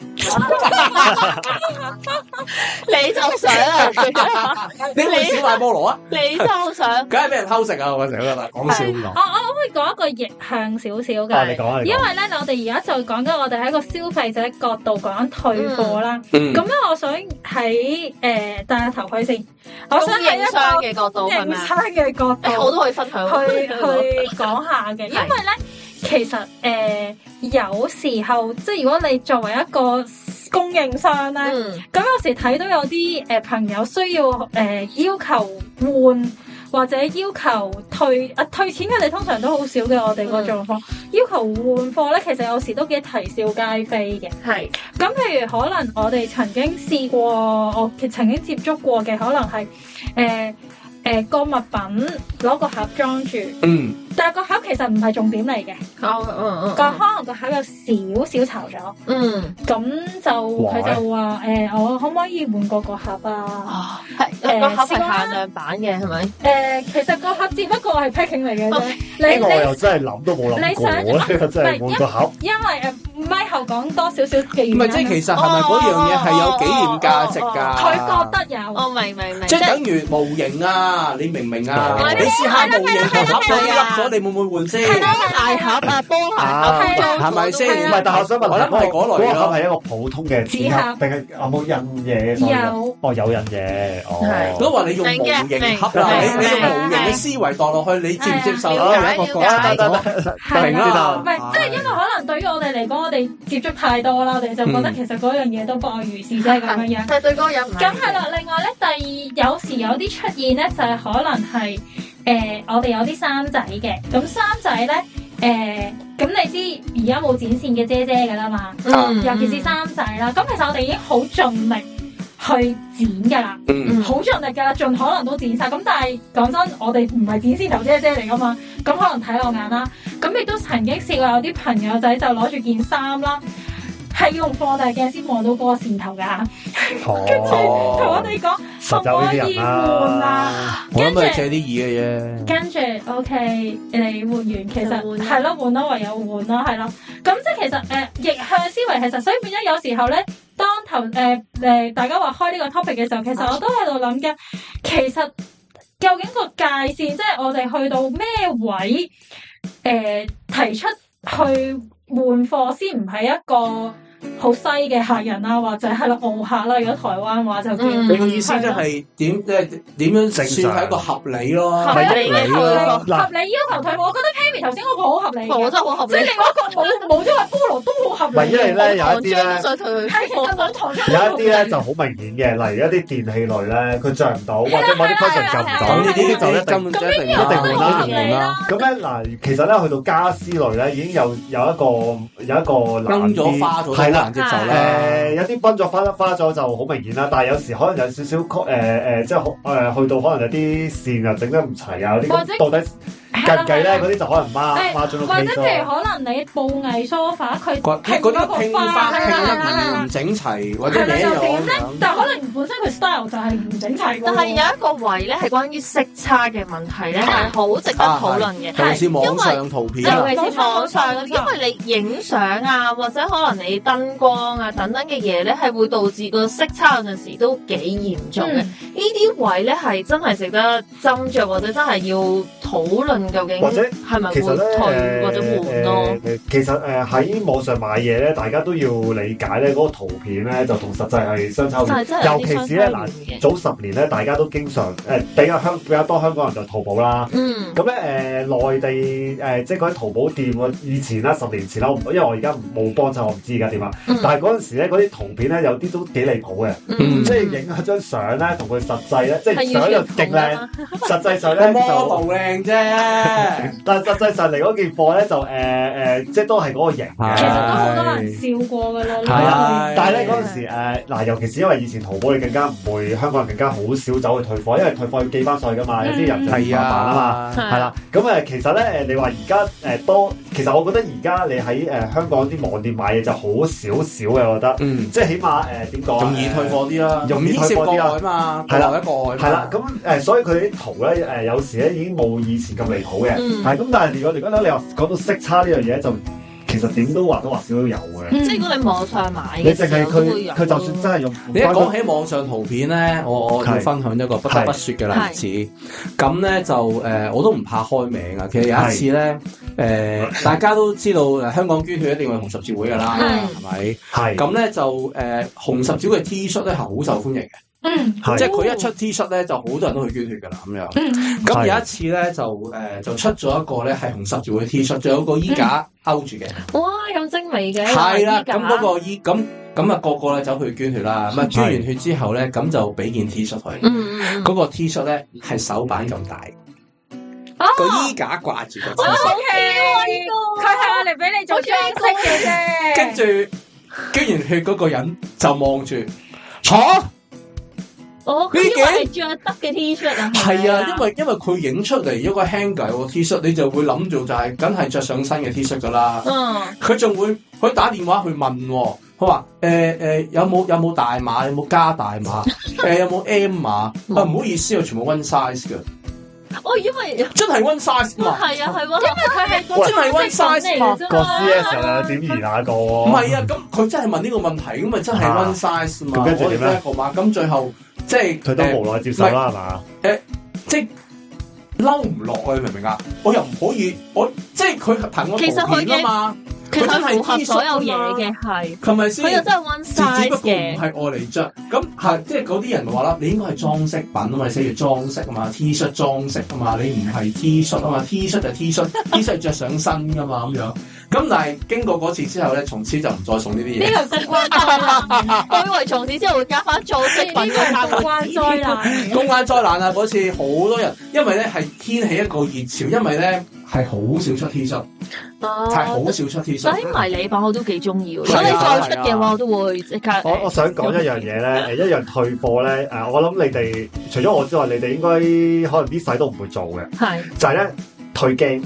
[SPEAKER 3] 你就想啊，
[SPEAKER 4] 你會少塊菠蘿啊？
[SPEAKER 3] 你就想，
[SPEAKER 4] 梗係俾人偷食啊！我成日覺得講笑咁講
[SPEAKER 2] 我我可唔可以講一個逆向少少
[SPEAKER 1] 啊，你
[SPEAKER 2] 嘅？
[SPEAKER 1] 講啊，你
[SPEAKER 2] 因
[SPEAKER 1] 講。
[SPEAKER 2] 為咧，我哋而家就講緊我哋喺一個消費者角度講緊退貨啦。
[SPEAKER 4] 嗯
[SPEAKER 2] 咁咧、我想喺誒戴下頭盔先，我
[SPEAKER 3] 供
[SPEAKER 2] 想喺
[SPEAKER 3] 應商
[SPEAKER 2] 一
[SPEAKER 3] 嘅角度
[SPEAKER 2] 個
[SPEAKER 3] 係
[SPEAKER 2] 營
[SPEAKER 3] 咪啊？
[SPEAKER 2] 生嘅角
[SPEAKER 3] 誒
[SPEAKER 2] 度
[SPEAKER 3] 我都可以分享。
[SPEAKER 2] 去去講下嘅，因為咧，其實誒、有時候即係如果你作為一個供應商咧。
[SPEAKER 3] 嗯，
[SPEAKER 2] 咁有時睇到有啲誒、呃朋友需要誒、呃要求換或者要求退啊退錢，佢哋通常都好少嘅。我哋個狀況、要求換貨咧，其實有時都幾啼笑皆非嘅。
[SPEAKER 3] 係
[SPEAKER 2] 咁譬如可能我哋曾經試過，我其曾經接觸過嘅可能係誒誒個物品攞個盒裝住，
[SPEAKER 4] 嗯，
[SPEAKER 2] 但係個盒其實唔係重點嚟嘅，
[SPEAKER 3] 哦，嗯
[SPEAKER 2] 個、可能個盒有少少巢咗，
[SPEAKER 3] 嗯嗯，
[SPEAKER 2] 咁就
[SPEAKER 1] 哇
[SPEAKER 2] 佢就話誒、呃我可唔可以換過個盒啊？
[SPEAKER 3] 哦，係個盒係限量版嘅係咪？
[SPEAKER 2] 誒、呃其實個盒只不過係 packing 嚟嘅啫
[SPEAKER 3] OK，
[SPEAKER 1] 呢個我
[SPEAKER 2] 你
[SPEAKER 1] 又真係諗都冇諗過
[SPEAKER 2] 你
[SPEAKER 1] 喎，呢個 真係換個盒。
[SPEAKER 2] 你因為誒 Michael 講多少少嘅
[SPEAKER 4] 唔
[SPEAKER 2] 原
[SPEAKER 4] 係即係
[SPEAKER 2] 因
[SPEAKER 4] 其實係咪嗰樣嘢係有紀念價值㗎？
[SPEAKER 3] 哦
[SPEAKER 2] 啊，佢覺得有。
[SPEAKER 3] 我明明明，
[SPEAKER 4] 即係等於模型啊，你明唔明啊
[SPEAKER 1] 係？
[SPEAKER 4] 你試下模型同盒
[SPEAKER 3] 係啦係啦
[SPEAKER 4] 咗，你會唔會換先？
[SPEAKER 3] 係啦，鞋盒啊，波鞋
[SPEAKER 1] 啊
[SPEAKER 3] 啊，包裝
[SPEAKER 4] 係咪先
[SPEAKER 1] 唔
[SPEAKER 3] 係
[SPEAKER 1] 係，
[SPEAKER 3] 啦
[SPEAKER 1] 但係我想問
[SPEAKER 4] 我
[SPEAKER 1] 下，
[SPEAKER 4] 諗係嗰類咯
[SPEAKER 1] 個盒係一個普通嘅紙盒，定係有冇印嘢？所以
[SPEAKER 2] 有
[SPEAKER 1] 哦，有印嘢，
[SPEAKER 3] 係
[SPEAKER 4] 都
[SPEAKER 1] 哦，
[SPEAKER 4] 話你用模型盒啦，
[SPEAKER 1] 明嘅
[SPEAKER 4] 你你用
[SPEAKER 3] 明
[SPEAKER 4] 模型嘅思維當落去，你接唔接受
[SPEAKER 3] 係啊
[SPEAKER 4] 啊？有一個國家
[SPEAKER 3] 了解
[SPEAKER 1] 得
[SPEAKER 4] 大
[SPEAKER 1] 得得得
[SPEAKER 2] 係
[SPEAKER 4] 明
[SPEAKER 1] 明
[SPEAKER 4] 啦
[SPEAKER 1] 啦
[SPEAKER 2] 唔，係，即係因為可能對於我哋嚟講，我哋接觸太多啦，我哋就覺得
[SPEAKER 4] 嗯
[SPEAKER 2] 其實嗰樣嘢都不外如是啫咁樣 樣。
[SPEAKER 3] 但係對嗰個人唔
[SPEAKER 2] 咁係啦，另外咧，第二有時有啲出現咧，就係、可能係誒、呃我哋有啲衫仔嘅，咁衫仔咧誒，咁、你知而家冇剪線嘅姐姐㗎啦嘛，
[SPEAKER 3] 嗯
[SPEAKER 2] 尤其是衫仔啦，咁其實我哋已經好盡力去剪㗎啦。
[SPEAKER 4] 嗯，
[SPEAKER 3] 嗯
[SPEAKER 2] 好盡力㗎啦，盡可能都剪晒。咁但係講真，我哋唔係剪線頭姐姐嚟㗎嘛，咁可能睇漏眼啦。咁亦都曾經試過有啲朋友仔就攞住件衫啦，係要用放大鏡先望到嗰個線頭㗎，
[SPEAKER 1] 哦，
[SPEAKER 2] 同我哋講
[SPEAKER 1] 實有呢啲人啦，
[SPEAKER 4] 我諗佢借啲耳嘅啫。
[SPEAKER 2] 跟住 OK，你換完其實
[SPEAKER 3] 嗯就換啦
[SPEAKER 2] 係咯，換咯，唯有換咯，係咯。咁即係其實誒、呃逆向思維其實，所以變咗有時候咧，當頭誒誒大家話開呢個 topic 嘅時候，其
[SPEAKER 3] 啊
[SPEAKER 2] 實我都喺度諗嘅，其實究竟個界線，即係我哋去到咩位誒、呃提出去換貨先唔係一個好西嘅客人啦，或者係啦傲客啦，如果台灣話就叫。
[SPEAKER 3] 嗯
[SPEAKER 4] 你個意思即係點即係點樣算係一個合理咯？
[SPEAKER 3] 正常
[SPEAKER 4] 係合理咯。
[SPEAKER 2] 合理要求退貨，我覺得 Pammy 頭先嗰個好合理嘅
[SPEAKER 3] 我覺得好合
[SPEAKER 2] 即係
[SPEAKER 3] 理。
[SPEAKER 2] 另外一個冇冇咗個菠蘿都好
[SPEAKER 1] 唔
[SPEAKER 2] 合
[SPEAKER 1] 係
[SPEAKER 2] 理
[SPEAKER 1] 因為
[SPEAKER 2] 嘅。
[SPEAKER 1] 咧有一啲咧
[SPEAKER 3] 糖漿。都想退
[SPEAKER 2] 係其實冇糖
[SPEAKER 1] 有一啲咧就好明顯嘅，例如一啲電器類咧，佢着唔到， 或者某啲 function 撳唔
[SPEAKER 4] 咁
[SPEAKER 1] 到，
[SPEAKER 2] 啊
[SPEAKER 4] 呢
[SPEAKER 1] 呢啲就一
[SPEAKER 4] 啲
[SPEAKER 1] 定
[SPEAKER 4] 根本
[SPEAKER 2] 咁
[SPEAKER 4] 就
[SPEAKER 2] 呢
[SPEAKER 4] 一定
[SPEAKER 2] 啲我覺得好合
[SPEAKER 1] 一定
[SPEAKER 2] 理啦。
[SPEAKER 1] 咁咧嗱，其實咧去到家私類咧，已經有有一個有一個難
[SPEAKER 4] 崩咗
[SPEAKER 1] 啲，
[SPEAKER 4] 花咗都
[SPEAKER 1] 係啦。
[SPEAKER 4] 難接受
[SPEAKER 1] 誒、
[SPEAKER 4] 啦。
[SPEAKER 1] 有啲崩咗花花咗就好明顯啦，但係有時可能有少少曲誒誒，即係誒、呃、去到可能有啲線又整得唔齊啊，有啲
[SPEAKER 2] 或者
[SPEAKER 1] 咁到底計唔計咧？嗰啲就可能孖
[SPEAKER 2] 誒
[SPEAKER 1] 孖咗
[SPEAKER 2] 或
[SPEAKER 1] 到
[SPEAKER 2] 者譬如可能你布藝梳化，佢
[SPEAKER 4] 嗰
[SPEAKER 2] 拼
[SPEAKER 4] 嗰
[SPEAKER 2] 咗
[SPEAKER 4] 啲拼
[SPEAKER 2] 個花
[SPEAKER 4] 花拼得
[SPEAKER 2] 啦
[SPEAKER 4] 唔，整齊，或者
[SPEAKER 2] 係啦
[SPEAKER 4] 嘢
[SPEAKER 2] 又
[SPEAKER 4] 有
[SPEAKER 2] 點
[SPEAKER 4] 咁
[SPEAKER 2] 咧
[SPEAKER 4] 樣？。
[SPEAKER 2] 但係可能本身佢 style 就係唔整齊喎。
[SPEAKER 3] 但係有一個位咧係關於色差嘅問題咧係好值得討論嘅，
[SPEAKER 4] 尤其是網
[SPEAKER 3] 因為
[SPEAKER 4] 上圖片啊，
[SPEAKER 3] 尤其是網上嗰啲，因為你影相啊，或者可能你燈光啊等等嘅嘢咧，係會導致個色差有陣時都幾嚴重嘅。
[SPEAKER 2] 嗯
[SPEAKER 3] 呢啲位咧係真係值得斟酌，或者真係要討論究竟
[SPEAKER 1] 或者
[SPEAKER 3] 係咪會
[SPEAKER 1] 其實咧，
[SPEAKER 3] 退或者換咯。
[SPEAKER 1] 誒誒其實誒喺網上買嘢咧，大家都要理解咧，嗰個圖片咧就同實際係相差好
[SPEAKER 3] 就
[SPEAKER 1] 遠。
[SPEAKER 3] 係真係有啲
[SPEAKER 1] 尤其是咧
[SPEAKER 3] 相關聯嘅。
[SPEAKER 1] 早十年咧，大家都經常誒、呃比較香比較多香港人就淘寶啦。
[SPEAKER 3] 嗯，
[SPEAKER 1] 咁咧誒內地誒、即係嗰啲淘寶店，我以前啦，十年前啦，我唔因為我而家冇幫襯，我唔知而家點啊。
[SPEAKER 3] 嗯
[SPEAKER 1] 但係嗰陣時咧，嗰啲圖片咧有啲都幾離譜嘅，
[SPEAKER 4] 嗯
[SPEAKER 1] 即係影咗張相咧，同佢實際咧，即係
[SPEAKER 3] 係
[SPEAKER 1] 相
[SPEAKER 3] 完
[SPEAKER 1] 就
[SPEAKER 3] 全
[SPEAKER 1] 勁
[SPEAKER 3] 唔同啊
[SPEAKER 1] 靚，
[SPEAKER 3] 㗎嘛
[SPEAKER 1] 實際上
[SPEAKER 4] 個
[SPEAKER 1] 咧就。
[SPEAKER 4] model 靚啫。
[SPEAKER 1] 但係實際上嚟嗰件貨咧就誒誒、呃即係都係嗰個型嘅。
[SPEAKER 2] 其實都好多人笑過㗎啦。
[SPEAKER 1] 係啊
[SPEAKER 4] 係，
[SPEAKER 1] 但係咧嗰陣時誒嗱，尤其是因為以前淘寶你更加唔會，香港人更加好少走去退貨，因為退貨要寄翻上去噶嘛，有啲人就
[SPEAKER 4] 係
[SPEAKER 1] 麻煩啊嘛。
[SPEAKER 4] 啊，
[SPEAKER 1] 係啦，咁誒其實咧誒，你話而家誒多，其實我覺得而家你喺誒香港啲網店買嘢就好少少嘅，我覺得，
[SPEAKER 4] 嗯，
[SPEAKER 1] 即係起碼誒點講，呃
[SPEAKER 4] 容易退貨啲啦，
[SPEAKER 1] 容易
[SPEAKER 4] 唔牽
[SPEAKER 1] 退
[SPEAKER 4] 涉
[SPEAKER 1] 貨啲啦
[SPEAKER 4] 國外嘛，
[SPEAKER 1] 係啦
[SPEAKER 4] 國內一個外嘛
[SPEAKER 1] 係啦，咁誒，所以佢啲圖咧誒，有時咧已經冇以前咁離譜嘅，
[SPEAKER 3] 嗯
[SPEAKER 1] 係咁。但係如果如果你話講到色差呢樣嘢，就其實點都或多或少都有嘅。
[SPEAKER 2] 嗯
[SPEAKER 3] 即係如果你網上買
[SPEAKER 1] 你
[SPEAKER 3] 嘅
[SPEAKER 1] 淨
[SPEAKER 3] 時
[SPEAKER 1] 係
[SPEAKER 3] 候都會
[SPEAKER 1] 佢
[SPEAKER 3] 有
[SPEAKER 1] 佢就算真係用，
[SPEAKER 4] 你一講起網上圖片咧，我我要
[SPEAKER 1] 係
[SPEAKER 4] 分享一個不得不說嘅例子。咁咧就誒、呃我都唔怕開名啊。其實有一次咧，誒、大家都知道呃香港捐血一定會紅十字會噶啦，
[SPEAKER 3] 係
[SPEAKER 4] 係咪？
[SPEAKER 1] 係
[SPEAKER 4] 咁咧就誒、呃、紅十字會嘅 T 恤咧係好受歡迎嘅，
[SPEAKER 2] 嗯
[SPEAKER 1] 係
[SPEAKER 4] 即係佢一出 T 恤咧就好多人都去捐血噶啦咁樣。
[SPEAKER 2] 嗯，
[SPEAKER 4] 咁
[SPEAKER 1] 係
[SPEAKER 4] 有一次咧就誒、呃就出咗一個咧係紅十字會嘅 T 恤，仲有個衣架勾住嘅。
[SPEAKER 3] 哇咁精美嘅，
[SPEAKER 4] 係啦，咁
[SPEAKER 3] 有衣架
[SPEAKER 4] 嗰個衣咁咁啊個個咧走去捐血啦，咁啊捐完血之後咧，咁就俾件 T 恤佢，
[SPEAKER 3] 嗯嗯
[SPEAKER 4] 嗰個 T 恤咧係手板咁大，
[SPEAKER 2] 哦，
[SPEAKER 4] 個衣架掛住個 T
[SPEAKER 2] 哦
[SPEAKER 4] 恤，
[SPEAKER 2] ，OK，佢係我嚟俾你做
[SPEAKER 3] 好
[SPEAKER 2] 裝飾嘅啫。
[SPEAKER 4] 跟住捐完血嗰個人就望住，嚇！
[SPEAKER 3] 我
[SPEAKER 4] 呢
[SPEAKER 3] 佢以
[SPEAKER 4] 件
[SPEAKER 3] 為係着得嘅 T 恤啊，
[SPEAKER 4] 係啊，因
[SPEAKER 3] 為
[SPEAKER 4] 為因為佢影出嚟一個 hanger 個 T 恤，你就會諗做就係梗係着上身嘅 T 恤噶啦。
[SPEAKER 3] 嗯
[SPEAKER 4] 佢仲會佢打電話去問喎，佢話誒誒有冇有冇大碼，有冇加大碼，誒、有冇 M 碼？啊唔好意思，我全部 one size 嘅，
[SPEAKER 3] 我以為
[SPEAKER 4] 真係 one size 嘛，
[SPEAKER 3] 係啊係喎，
[SPEAKER 2] 佢係
[SPEAKER 4] 真係 one size 嘛。
[SPEAKER 1] 個 CS 又點而那個
[SPEAKER 4] 唔
[SPEAKER 1] 喎？
[SPEAKER 4] 係啊，咁佢真係問呢個問題，咁咪真係 one size 嘛？
[SPEAKER 1] 咁跟住
[SPEAKER 4] 我哋
[SPEAKER 1] 點咧
[SPEAKER 4] 一個碼，咁最後即係
[SPEAKER 1] 佢都
[SPEAKER 4] 誒
[SPEAKER 1] 無奈接受啦，係嘛？
[SPEAKER 4] 即係嬲唔落啊！你明唔明啊？我又唔可以，我即係佢憑我
[SPEAKER 3] 其實
[SPEAKER 4] 圖
[SPEAKER 3] 佢
[SPEAKER 4] 片啊嘛，
[SPEAKER 3] 其實佢符合所有嘢
[SPEAKER 4] 佢真
[SPEAKER 3] 嘅，係
[SPEAKER 4] 係咪
[SPEAKER 3] 佢又
[SPEAKER 4] 先？
[SPEAKER 3] 真係 one
[SPEAKER 4] 只只不
[SPEAKER 3] size
[SPEAKER 4] 過唔係
[SPEAKER 3] 嘅，
[SPEAKER 4] 愛嚟着，咁係即係嗰啲人咪話啦，你應該係裝飾品啊嘛，你寫住裝飾啊嘛，T 恤裝飾啊嘛，你唔係 T 恤啊嘛，T 恤就 T 恤，T 恤着上身噶嘛咁樣。咁但係經過嗰次之後咧，從此就唔再送呢啲嘢。
[SPEAKER 2] 呢個係公關災 難，
[SPEAKER 3] 我以為從此之後會加翻做飾
[SPEAKER 2] 呢個
[SPEAKER 3] 品嘅
[SPEAKER 2] 係
[SPEAKER 3] 價
[SPEAKER 2] 公關災難。
[SPEAKER 4] 公關災難啊！嗰次好多人，因為咧係掀起一個熱潮，因為咧係好少出 T
[SPEAKER 3] 哦
[SPEAKER 4] 恤，係好少出 T 恤。
[SPEAKER 3] 所以迷你版我都幾中意喎，如
[SPEAKER 4] 係
[SPEAKER 3] 果
[SPEAKER 4] 啊
[SPEAKER 3] 你再出嘅話，我都會即刻。
[SPEAKER 1] 我我想講一樣嘢咧，誒一樣退貨咧，誒我諗你哋除咗我之外，你哋應該可能啲世都唔會做嘅，
[SPEAKER 3] 係，
[SPEAKER 1] 就係咧退 game。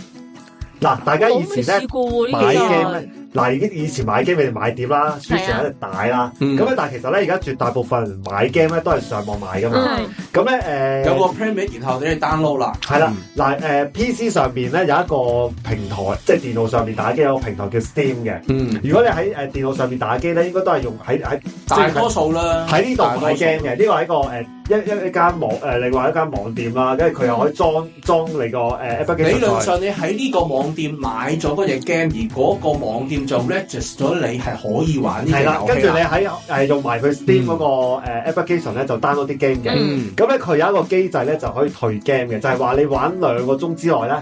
[SPEAKER 1] 嗱，大家
[SPEAKER 3] 我
[SPEAKER 1] 以
[SPEAKER 3] 未
[SPEAKER 1] 前
[SPEAKER 3] 試
[SPEAKER 1] 咧，
[SPEAKER 3] 過喎
[SPEAKER 1] 買
[SPEAKER 3] 呢
[SPEAKER 1] game 嗱已經以前買 game 你哋買碟啦，書
[SPEAKER 3] 係啊
[SPEAKER 1] 成喺度帶啦，
[SPEAKER 4] 嗯
[SPEAKER 1] 咁咧但係其實咧而家絕大部分人買 game 咧都係上網買噶
[SPEAKER 3] 個
[SPEAKER 1] 嘛，
[SPEAKER 3] 嗯
[SPEAKER 1] 咁咧誒
[SPEAKER 4] 有個 plan 名，然後你哋 download 啦。
[SPEAKER 1] 係啦，嗱誒、PC 上邊咧有一個平台，即係電腦上面打機有個平台叫 Steam 嘅。
[SPEAKER 4] 嗯，
[SPEAKER 1] 如果你喺誒、電腦上面打機咧，應該都係用喺喺
[SPEAKER 4] 大多數啦，
[SPEAKER 1] 喺呢度買 game 嘅。呢個係一個誒、一一一間網誒、另外一間網店啦，跟住佢又可以裝裝你個誒 App
[SPEAKER 4] 理論
[SPEAKER 1] Store。
[SPEAKER 4] 上你喺呢個網店買咗嗰只 game，而嗰個網店就 register 咗你係可以玩呢
[SPEAKER 1] 係啦，
[SPEAKER 4] 個
[SPEAKER 1] 跟
[SPEAKER 4] 遊
[SPEAKER 1] 住
[SPEAKER 4] 戲
[SPEAKER 1] 你
[SPEAKER 4] 啦。
[SPEAKER 1] 喺誒用埋佢 Steam 嗰個誒 application 咧，就 download 啲 game 嘅。
[SPEAKER 4] 嗯，
[SPEAKER 1] 咁咧佢有一個機制咧，就可以退 game 嘅，就係話你玩兩個鐘之內咧，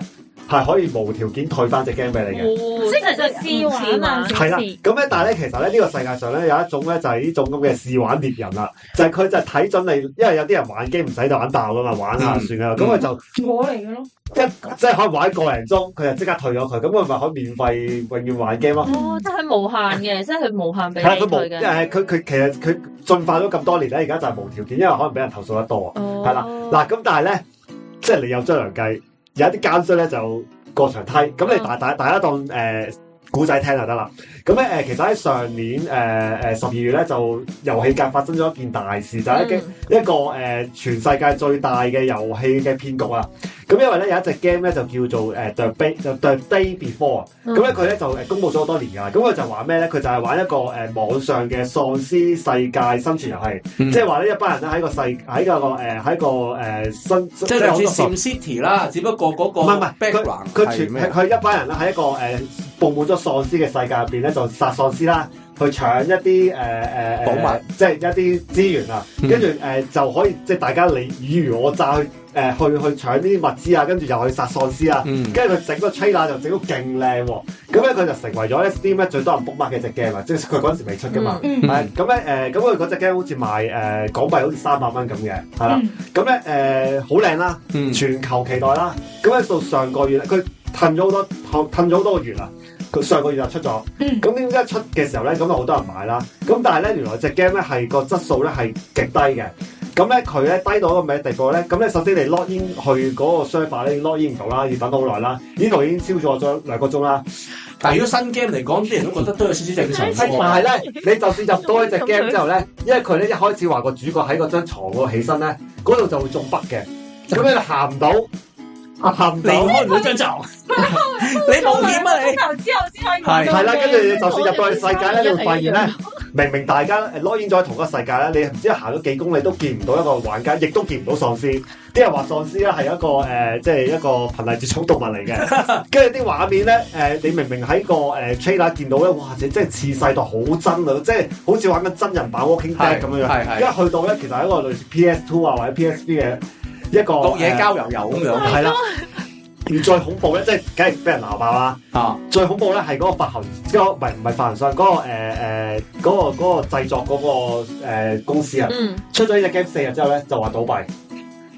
[SPEAKER 1] 係可以無條件退翻只 game 俾你嘅。
[SPEAKER 3] 哦
[SPEAKER 2] 即係就試玩啊
[SPEAKER 1] 係啦，咁咧，但係咧，其實咧，呢個世界上咧有一種咧，就係呢種咁嘅試玩獵人啦，就係佢就睇準你，因為有啲人玩機唔使就玩爆啊噶嘛，玩下算噶啦，咁佢就
[SPEAKER 2] 我嚟嘅咯。
[SPEAKER 1] 一即係可以玩一個零鐘，佢就即刻退咗佢，咁佢咪可以免費永遠玩 game 咯。
[SPEAKER 3] 哦，即係無限嘅，即係佢無限俾你
[SPEAKER 1] 係佢無
[SPEAKER 3] 佢嘅。
[SPEAKER 1] 誒，佢佢其實佢進化咗咁多年咧，而家就係無條件，因為可能俾人投訴得多啊。
[SPEAKER 3] 哦，
[SPEAKER 1] 係啦嗱，咁但係咧，即係你有張良計，有一啲奸商咧就過牆梯，咁你大大大家當誒古仔聽就得啦。咁咧誒，其實喺上年誒誒十二月咧，就遊戲界發生咗一件大事，就係、一
[SPEAKER 3] 嗯
[SPEAKER 1] 一個誒、呃全世界最大嘅遊戲嘅騙局啊！咁因為咧有一隻 game 咧就叫做誒、呃 The, Bay, The Day Before，
[SPEAKER 3] 嗯
[SPEAKER 1] 咁咧佢咧就呃誒公佈咗好多年㗎啦。咁佢就話咩咧？佢就係玩一個誒、呃、網上嘅喪屍世界生存遊戲，
[SPEAKER 4] 嗯
[SPEAKER 1] 即係話咧一班人咧喺個世喺個誒喺個誒新即
[SPEAKER 4] 即係類
[SPEAKER 1] 好
[SPEAKER 4] 似
[SPEAKER 1] 多喪
[SPEAKER 4] Sim City 啦，只不過嗰個
[SPEAKER 1] 唔係唔係
[SPEAKER 4] background
[SPEAKER 1] 佢
[SPEAKER 4] 係
[SPEAKER 1] 全
[SPEAKER 4] 咩啊
[SPEAKER 1] 佢？佢一班人咧喺一個誒、呃、佈滿咗喪屍嘅世界入邊咧，就殺喪屍啦，去搶一啲誒誒
[SPEAKER 4] 寶物，
[SPEAKER 1] 即係一啲資源啊，
[SPEAKER 4] 嗯
[SPEAKER 1] 跟住誒就可以即係大家你以如我詐去誒、呃去去搶呢啲物資啊，跟住又去殺喪屍啊。
[SPEAKER 4] 嗯，
[SPEAKER 1] 跟住佢整個 trailer 就整到勁靚喎，咁咧佢就成為咗咧 Steam 咧最多人 book mark 嘅隻 game 啊，即係佢嗰陣時未出噶嘛。
[SPEAKER 2] 嗯
[SPEAKER 1] 係咁咧誒，呃咁佢嗰只 game 好似賣誒、呃港幣好似三百蚊咁嘅，係啦。
[SPEAKER 2] 嗯
[SPEAKER 1] 咁咧誒呃好靚啦，
[SPEAKER 4] 嗯
[SPEAKER 1] 全球期待啦。咁咧到上個月呢佢褪咗好多褪褪咗好多個月啦。啊佢上個月就出咗，
[SPEAKER 2] 嗯
[SPEAKER 1] 咁點解出嘅時候咧，咁就啊好多人買啦。咁但係咧，原來只 game 咧係個質素咧係極低嘅。咁咧佢咧低到一個咩地步咧？咁咧首先你 log in 去嗰個 server 咧 log in 唔到啦，要等好耐啦。呢度已經超咗咗兩個鐘啦。
[SPEAKER 4] 但係如果新 game 嚟講，啲人都覺得都有少少正常哦
[SPEAKER 1] 同
[SPEAKER 4] 喎。
[SPEAKER 1] 埋咧，你就算入到一隻 game 之後咧，因為佢咧一開始話個主角喺嗰張床嗰度起身咧，嗰度就會中北嘅，咁你就行唔到，啊行唔
[SPEAKER 4] 你
[SPEAKER 1] 到，
[SPEAKER 4] 開唔到張床，你冒險啊
[SPEAKER 2] 兩
[SPEAKER 4] 你！
[SPEAKER 2] 個鐘頭之後先可以
[SPEAKER 4] 係
[SPEAKER 1] 係啦，跟住你就算入到去世界咧，你會發現咧，明明大家誒 login 咗喺同一個世界咧，你唔知行咗幾公里都見唔到一個玩家，亦都見唔到喪屍。啲人話喪屍咧係一個誒、呃即係一個瀕危絕種動物嚟 嘅。跟住啲畫面咧，誒、你明明喺個誒、呃 trailer 見到咧，哇！真係次世代好真啊，即係好似玩緊真人版 Walking Dead 咁樣樣。
[SPEAKER 4] 係
[SPEAKER 1] 而
[SPEAKER 4] 係
[SPEAKER 1] 家去到咧，其實係一個類似 PS Two 啊或者 PSV 嘅一個
[SPEAKER 4] 各嘢
[SPEAKER 1] 呃
[SPEAKER 4] 交遊遊咁樣。
[SPEAKER 1] 係啦。而最恐怖咧，即係梗係俾人鬧爆啦。
[SPEAKER 4] 啊，
[SPEAKER 1] 最恐怖咧係嗰個發行，即係嗰個唔係唔係發行商，嗰、個誒誒嗰個嗰、個製作嗰、個、呃、公司啊，
[SPEAKER 3] 嗯，
[SPEAKER 1] 出咗呢只 game 四日啊之後咧就話倒閉，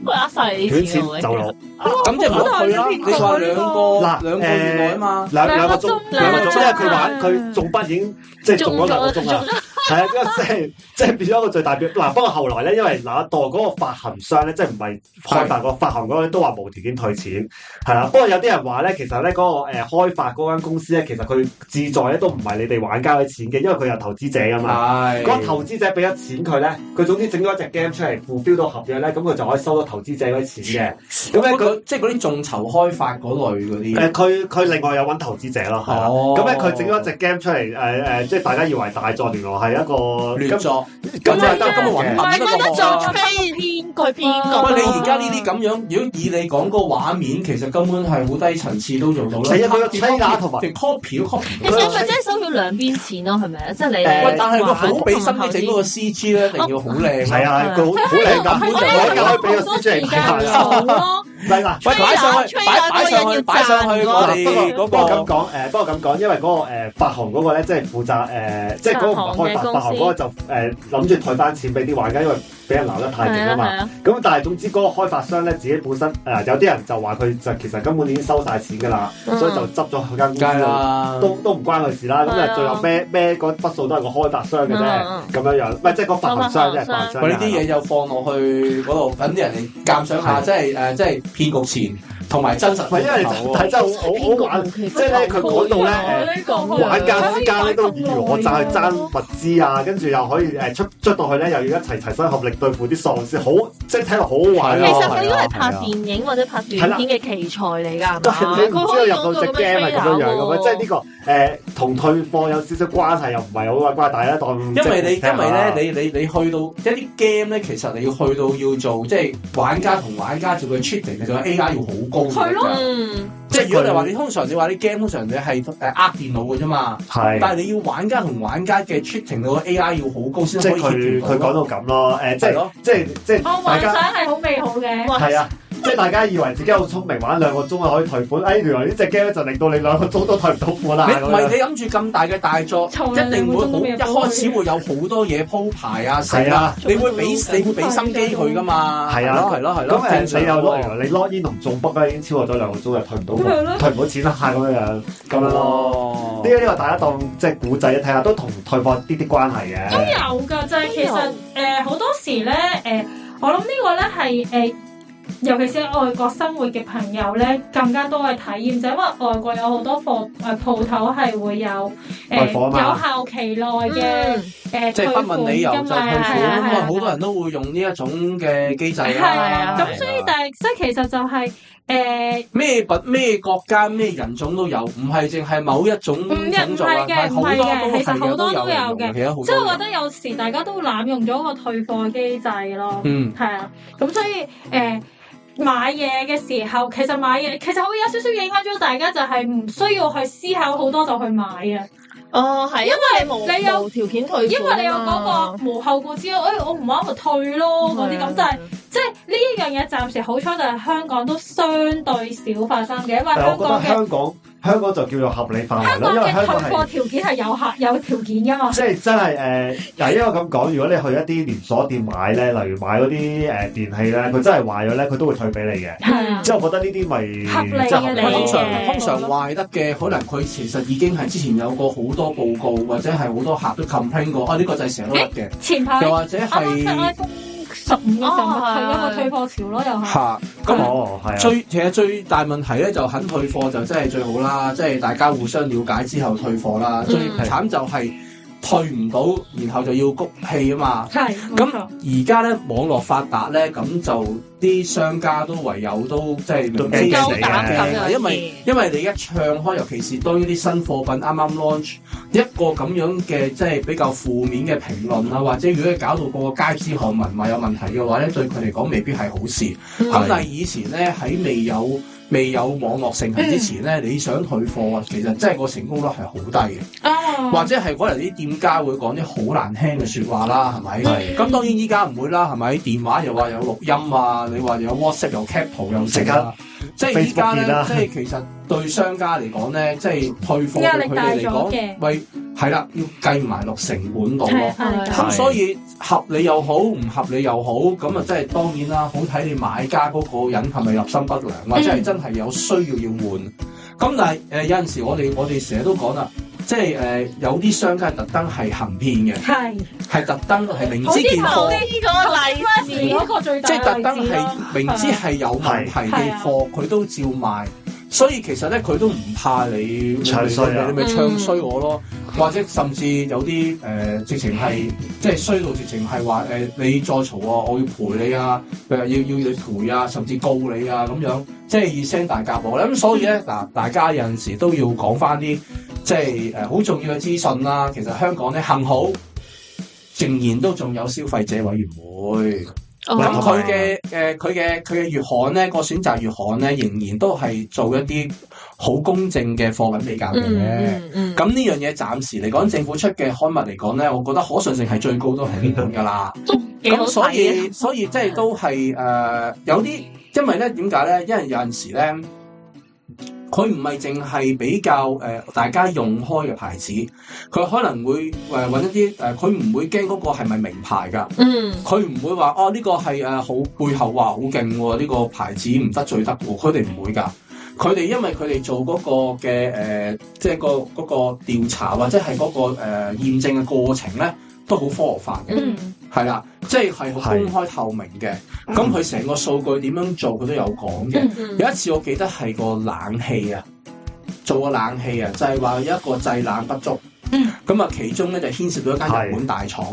[SPEAKER 3] 喂，呃晒你
[SPEAKER 1] 捲
[SPEAKER 3] 啲錢
[SPEAKER 1] 錢
[SPEAKER 3] 喎
[SPEAKER 1] 走佬，
[SPEAKER 4] 咁即係唔好去啦。你話兩個
[SPEAKER 1] 嗱
[SPEAKER 4] 兩個月內啊嘛，
[SPEAKER 1] 兩
[SPEAKER 2] 兩
[SPEAKER 1] 兩
[SPEAKER 2] 個
[SPEAKER 1] 個鐘
[SPEAKER 2] 鐘
[SPEAKER 1] 兩個鐘，因為佢玩
[SPEAKER 2] 啦
[SPEAKER 1] 佢中筆已經即係中咗兩個鐘啦。係啊，咁即係 即係變咗一個最大表嗱。不過後來咧，因為嗱一度嗰個發行商咧，即係唔係開發個發行嗰個都話無條件退錢，係啦。不過有啲人話咧，其實咧嗰、個誒、呃、開發嗰間公司咧，其實佢志在咧都唔係你哋玩家嘅錢嘅，因為佢有投資者噶嘛。
[SPEAKER 4] 係
[SPEAKER 1] 嗰個投資者俾咗錢佢咧，佢總之整咗一隻 game 出嚟，付標到合約咧，咁佢就可以收到投資者嗰啲錢嘅。咁咧
[SPEAKER 4] 咁
[SPEAKER 1] 佢
[SPEAKER 4] 佢即係嗰啲眾籌開發嗰類嗰 啲。
[SPEAKER 1] 誒佢佢另外有揾投資者咯，係啦。
[SPEAKER 4] 哦
[SPEAKER 1] 咁咧佢整咗一隻 game 出嚟，誒、誒，即係大家以為大作，原來係一個
[SPEAKER 4] 亂作，
[SPEAKER 1] 咁就
[SPEAKER 4] 係
[SPEAKER 1] 係得咁啊
[SPEAKER 4] 搵
[SPEAKER 1] 嘅
[SPEAKER 4] 笨
[SPEAKER 3] 唔係
[SPEAKER 4] 得
[SPEAKER 3] 覺得
[SPEAKER 4] 過
[SPEAKER 3] 做
[SPEAKER 4] 啊！
[SPEAKER 3] 飛騙佢騙局。
[SPEAKER 4] 喂，你而家呢啲咁樣，如果以你講嗰個畫面，其實根本係好低層次都做到啦。
[SPEAKER 1] 係啊佢個妻架同埋
[SPEAKER 4] 直 copy 都 copy 唔
[SPEAKER 3] 其
[SPEAKER 4] 到
[SPEAKER 3] 實
[SPEAKER 4] 啦。
[SPEAKER 3] 咪真係收咗兩邊錢咯，係咪啊？即係你
[SPEAKER 1] 誒
[SPEAKER 4] 喂，但係個
[SPEAKER 3] 玩
[SPEAKER 4] 好俾心機整嗰個
[SPEAKER 3] 同
[SPEAKER 4] CG 咧，一定要好靚。
[SPEAKER 1] 係，啊，佢好好靚噶，
[SPEAKER 4] 根本就
[SPEAKER 1] 我而家可以俾個
[SPEAKER 2] 好
[SPEAKER 1] 書
[SPEAKER 2] 多時
[SPEAKER 1] 出嚟
[SPEAKER 2] 間
[SPEAKER 1] 睇下啦。
[SPEAKER 2] 做咯。
[SPEAKER 1] 嗱嗱，
[SPEAKER 4] 喂，擺上去，
[SPEAKER 3] 吹
[SPEAKER 4] 擺
[SPEAKER 3] 啊
[SPEAKER 4] 擺上去，擺上去
[SPEAKER 3] 嗰個人要
[SPEAKER 1] 嗱
[SPEAKER 4] 我哋
[SPEAKER 1] 不過不
[SPEAKER 4] 嗰
[SPEAKER 1] 過咁
[SPEAKER 4] 個
[SPEAKER 1] 講誒，不過咁講，因為嗰個誒發行嗰個咧，即係負責誒，即係嗰個唔係開發發行嗰個就誒諗住退翻錢俾啲玩家，因為俾人鬧得太勁
[SPEAKER 3] 係
[SPEAKER 1] 啊
[SPEAKER 3] 啊
[SPEAKER 1] 嘛。
[SPEAKER 3] 係啊，
[SPEAKER 1] 咁但係總之嗰個開發商咧，自己本身誒有啲人就話佢就其實根本已經收晒錢㗎啦，
[SPEAKER 3] 嗯
[SPEAKER 1] 所以就執咗佢間公
[SPEAKER 4] 梗係
[SPEAKER 1] 司度。
[SPEAKER 4] 啦，
[SPEAKER 1] 都都唔關佢事啦，咁
[SPEAKER 3] 係啊
[SPEAKER 1] 啊最後咩咩嗰筆數都係個開發商嘅啫，
[SPEAKER 3] 嗯
[SPEAKER 1] 咁樣樣，唔係即係個發行商
[SPEAKER 3] 個
[SPEAKER 1] 啫，
[SPEAKER 3] 發
[SPEAKER 1] 發
[SPEAKER 3] 行
[SPEAKER 1] 行商。
[SPEAKER 4] 我呢啲嘢就放落去嗰度，等啲人嚟鑑賞下，即係誒，即係騙局前同埋真實
[SPEAKER 1] 唔係因為
[SPEAKER 4] 報酬喎
[SPEAKER 1] 但係真係
[SPEAKER 3] 啊
[SPEAKER 1] 好好好玩，
[SPEAKER 3] 即
[SPEAKER 1] 即係咧佢講到
[SPEAKER 3] 啊
[SPEAKER 1] 咧
[SPEAKER 2] 呢個
[SPEAKER 1] 誒玩家之間咧都以如我爭去爭物資啊，跟住又可以誒出出到去咧又要一齊齊心合力對付啲喪屍，好即係睇落好好玩
[SPEAKER 3] 其
[SPEAKER 1] 咯。
[SPEAKER 3] 實佢應
[SPEAKER 1] 係
[SPEAKER 3] 該係
[SPEAKER 1] 啊
[SPEAKER 3] 拍
[SPEAKER 1] 係啊
[SPEAKER 3] 電影或者拍
[SPEAKER 1] 係啦
[SPEAKER 3] 短片嘅奇才嚟㗎，
[SPEAKER 1] 但
[SPEAKER 3] 係嘛
[SPEAKER 1] 係你唔啊
[SPEAKER 3] 啊佢可
[SPEAKER 1] 知
[SPEAKER 3] 以
[SPEAKER 1] 道入到隻 game 係咁樣樣
[SPEAKER 4] 哦
[SPEAKER 1] 嘅咩？即係呢個誒同退貨有少少關係，又唔係好關係，但係咧當
[SPEAKER 4] 因為你因為咧，
[SPEAKER 1] 你
[SPEAKER 4] 你你你去到一啲 game 咧，其實你要去到要做即係玩家同玩家做嘅 trading，你個 AI 要好高嘅
[SPEAKER 2] 係咯
[SPEAKER 3] 嗯，
[SPEAKER 4] 即係如果你話你通常你話啲 game 通常你係誒呃電腦嘅啫嘛，
[SPEAKER 1] 係
[SPEAKER 4] 但。係你要玩家同玩家嘅 trading 個 AI 要好高先
[SPEAKER 1] 即係
[SPEAKER 4] 可以
[SPEAKER 1] 佢
[SPEAKER 4] 協
[SPEAKER 1] 佢
[SPEAKER 4] 調
[SPEAKER 1] 講
[SPEAKER 4] 到咯。
[SPEAKER 1] 到咁咯，誒，即
[SPEAKER 4] 係
[SPEAKER 1] 係
[SPEAKER 4] 咯，
[SPEAKER 1] 即係即係
[SPEAKER 2] 我
[SPEAKER 1] 大
[SPEAKER 2] 幻
[SPEAKER 1] 家
[SPEAKER 2] 想係好美好嘅。
[SPEAKER 3] 哇
[SPEAKER 1] 係啊，即係大家以為自己好聰明，玩兩個鐘就可以退款，哎，原來呢只 game 咧就令到你兩個鐘都退唔到款啦。
[SPEAKER 4] 你
[SPEAKER 1] 咁
[SPEAKER 4] 唔
[SPEAKER 1] 樣
[SPEAKER 4] 係你諗住咁大嘅大作，
[SPEAKER 2] 從
[SPEAKER 4] 一定會好
[SPEAKER 2] 來
[SPEAKER 4] 一
[SPEAKER 2] 兩個鐘都未入到
[SPEAKER 4] 開始會有好多嘢鋪排啊，成
[SPEAKER 1] 係啊，
[SPEAKER 4] 你會俾你會俾心機佢噶嘛？
[SPEAKER 1] 係啊
[SPEAKER 4] 係咯係咯，
[SPEAKER 1] 咁誒，你又
[SPEAKER 4] 咯
[SPEAKER 1] log，原來你 log in 同中 book 咧已經超過咗兩個鐘，就退唔到
[SPEAKER 2] 咁咪係
[SPEAKER 1] 款，
[SPEAKER 2] 咯
[SPEAKER 1] 退唔到錢啦，咁樣樣咁樣咯。
[SPEAKER 4] 咯
[SPEAKER 1] 呢個呢個大家當即係古仔睇下，都同退貨啲啲關係
[SPEAKER 2] 都
[SPEAKER 1] 嘅。
[SPEAKER 2] 有噶，就係其實誒好多時咧誒，我諗呢個咧係誒，尤其是喺外國生活嘅朋友咧，更加多嘅體驗，就係因為外國有好多貨誒鋪頭係會有誒
[SPEAKER 1] 退貨啊嘛
[SPEAKER 2] 有效期內嘅
[SPEAKER 3] 嗯
[SPEAKER 2] 誒
[SPEAKER 4] 即
[SPEAKER 2] 退
[SPEAKER 4] 係
[SPEAKER 2] 款
[SPEAKER 4] 不問理由就
[SPEAKER 2] 㗎嘛，
[SPEAKER 4] 退
[SPEAKER 2] 係啊
[SPEAKER 4] 款，咁
[SPEAKER 2] 啊係啊
[SPEAKER 4] 啊好啊多人都會用呢一種嘅機制啦。
[SPEAKER 2] 係啊，
[SPEAKER 4] 係
[SPEAKER 2] 咁所以但係即係其實就係呃誒
[SPEAKER 4] 咩品咩國家咩人種都有，唔係淨係某一種
[SPEAKER 2] 唔係
[SPEAKER 4] 種族啊
[SPEAKER 2] 唔係，嘅
[SPEAKER 4] 係好多都
[SPEAKER 2] 唔係嘅其
[SPEAKER 4] 係
[SPEAKER 2] 實好多都有嘅
[SPEAKER 4] 其實好多
[SPEAKER 2] 即係我覺
[SPEAKER 4] 得
[SPEAKER 2] 得有時大家都濫用咗個退貨機制咯。
[SPEAKER 4] 嗯
[SPEAKER 2] 係啊，咁所以誒、呃、買嘢嘅時候，其實買嘢其實會有少少影響咗大家，就係唔需要去思考好多就去買啊，
[SPEAKER 3] 哦係，因為你
[SPEAKER 2] 因為
[SPEAKER 3] 冇
[SPEAKER 2] 你有
[SPEAKER 3] 無條件退款啊嘛，
[SPEAKER 2] 因為你有嗰個無後顧之憂，誒、哎、我唔啱咪退咯
[SPEAKER 1] 啊
[SPEAKER 2] 嗰啲咁，但係即係呢一樣嘢暫時好彩就係香港都相對少發生嘅，因為
[SPEAKER 1] 但係
[SPEAKER 2] 香
[SPEAKER 1] 我覺得
[SPEAKER 2] 港嘅
[SPEAKER 1] 香港香港就叫做合理範圍
[SPEAKER 2] 香
[SPEAKER 1] 咯，
[SPEAKER 2] 港
[SPEAKER 1] 因為
[SPEAKER 2] 嘅
[SPEAKER 1] 香
[SPEAKER 2] 退
[SPEAKER 1] 港係。
[SPEAKER 2] 貨條件係有客有條件㗎嘛。
[SPEAKER 1] 即係真係誒，嗱、因為咁講，如果你去一啲連鎖店買咧，例如買嗰啲誒電器咧，佢真係壞咗咧，佢都會退俾你嘅。
[SPEAKER 2] 係啊
[SPEAKER 1] 即，係我覺得呢啲咪
[SPEAKER 2] 合理嘅
[SPEAKER 1] 即係合理
[SPEAKER 2] 理
[SPEAKER 4] 通常
[SPEAKER 2] 嘅
[SPEAKER 4] 通常壞得嘅，可能佢其實已經係之前有過好多報告，或者係好多客都 complain 過，啊呢個就係成日都得
[SPEAKER 2] 前排
[SPEAKER 4] 嘅，又
[SPEAKER 2] 啱
[SPEAKER 4] 或者
[SPEAKER 2] 啱出
[SPEAKER 4] 係
[SPEAKER 2] iPhone 十五嘅時候，咪退咗個退貨潮咯，又係。
[SPEAKER 4] 嚇咁
[SPEAKER 1] 哦，係啊。
[SPEAKER 4] 最其實最大問題咧就肯退貨就真係最好啦，即係大家互相了解之後退貨啦。
[SPEAKER 3] 嗯
[SPEAKER 4] 最慘就係退唔到，然後就要谷氣啊嘛。
[SPEAKER 2] 係
[SPEAKER 4] 咁
[SPEAKER 2] 冇錯
[SPEAKER 4] 而家咧網絡發達咧，咁就啲商家都唯有都即係明知
[SPEAKER 1] 都
[SPEAKER 4] 嘅
[SPEAKER 1] 夠膽咁
[SPEAKER 3] 樣
[SPEAKER 4] 啊因為因為你一唱開，尤其是當呢啲新貨品啱啱 launch，一個咁樣嘅即係比較負面嘅評論啦，或者如果搞到個個街知巷聞話有問題嘅話咧，對佢嚟講未必係好事。
[SPEAKER 3] 嗯
[SPEAKER 4] 咁但係以前咧喺未有未有網絡盛行之前咧，
[SPEAKER 2] 嗯
[SPEAKER 4] 你想退貨啊，其實真係個成功率係好低嘅，
[SPEAKER 2] 哦，
[SPEAKER 4] 或者係可能啲店家會講啲好難聽嘅説話啦，係咪？
[SPEAKER 2] 嗯
[SPEAKER 4] 咁當然依家唔會啦，係咪？電話又話有錄音啊，你話有 WhatsApp 有 cap 圖又成啊，
[SPEAKER 2] 嗯
[SPEAKER 4] 即係依家
[SPEAKER 1] Facebook 見啦
[SPEAKER 4] 咧，即係其實對商家嚟講咧，即係退貨
[SPEAKER 2] 壓
[SPEAKER 4] 對
[SPEAKER 2] 力
[SPEAKER 4] 佢
[SPEAKER 2] 大
[SPEAKER 4] 哋
[SPEAKER 2] 咗
[SPEAKER 4] 嚟講，
[SPEAKER 2] 嘅
[SPEAKER 4] 喂，係啦，要計埋落成本度咯
[SPEAKER 2] 係。壓力
[SPEAKER 4] 咁
[SPEAKER 2] 大
[SPEAKER 5] 係
[SPEAKER 4] 所以合理又好，唔合理又好，咁啊真係當然啦，好睇你買家嗰個人係咪立心不良，或者係真係有需要要換。咁但係誒、呃有陣時我哋我哋成日都講啦，即係誒、呃有啲商家係特登係行騙嘅，
[SPEAKER 2] 係，
[SPEAKER 4] 係特登係明知件
[SPEAKER 2] 好
[SPEAKER 4] 貨，
[SPEAKER 3] 呢個例子
[SPEAKER 2] 嗰個最大哦
[SPEAKER 4] 即係特
[SPEAKER 2] 嘅例
[SPEAKER 4] 登
[SPEAKER 2] 子
[SPEAKER 4] 係
[SPEAKER 2] 咯啊
[SPEAKER 4] 明知係有問題
[SPEAKER 2] 係
[SPEAKER 4] 嘅
[SPEAKER 2] 啊
[SPEAKER 4] 貨，佢都照賣。所以其實咧，佢都唔怕你
[SPEAKER 1] 唱衰啊
[SPEAKER 4] 你咪唱
[SPEAKER 3] 嗯
[SPEAKER 4] 衰我咯，或者甚至有啲誒、呃直情係即係衰到直情係話誒，你再嘈我，我要賠你啊，誒要要你賠啊，甚至告你啊咁樣，即係以聲大夾我咧。咁所以
[SPEAKER 2] 嗯
[SPEAKER 4] 咧嗱，大家有陣時都要講翻啲即係誒好重要嘅資訊啦。其實香港咧幸好仍然都仲有消費者委員會。
[SPEAKER 1] 喂
[SPEAKER 3] 啊
[SPEAKER 4] 咁
[SPEAKER 1] 同
[SPEAKER 4] 佢
[SPEAKER 1] 埋
[SPEAKER 4] 嘅誒佢嘅佢嘅月刊咧，個選擇月刊咧，仍然都係做一啲好公正嘅貨品比較嘅。
[SPEAKER 3] 嗯嗯
[SPEAKER 4] 咁呢樣嘢暫時嚟講，政府出嘅刊物嚟講咧，我覺得可信性係最高都係呢本噶 啦。
[SPEAKER 3] 嗯幾好
[SPEAKER 4] 咁所
[SPEAKER 3] 睇啊嗯
[SPEAKER 4] 以
[SPEAKER 3] 嘅，
[SPEAKER 4] 所以即係都係誒、呃有啲，因為咧點解咧？因為有陣時咧，佢唔係淨係比較誒、呃大家用開嘅牌子，佢可能會誒揾、一啲誒，佢、唔會驚嗰個係咪名牌㗎。
[SPEAKER 3] 嗯
[SPEAKER 4] 佢唔會話哦呢、個係誒好背後話好勁喎，呢、個牌子唔得罪得喎，佢哋唔會㗎。佢哋因為佢哋做嗰個嘅誒、呃即係個嗰個調查或者係嗰、個誒、呃、驗證嘅過程咧，都好科學化嘅，
[SPEAKER 3] 嗯
[SPEAKER 4] 係啦，即係係好公開透明嘅。咁佢成個數據點樣做，佢都有講嘅。
[SPEAKER 3] 嗯
[SPEAKER 4] 有一次我記得係個冷氣啊，做個冷氣啊，就係、話有一個製冷不足。
[SPEAKER 2] 嗯
[SPEAKER 4] 咁啊，其中咧就牽涉到一間日本大廠。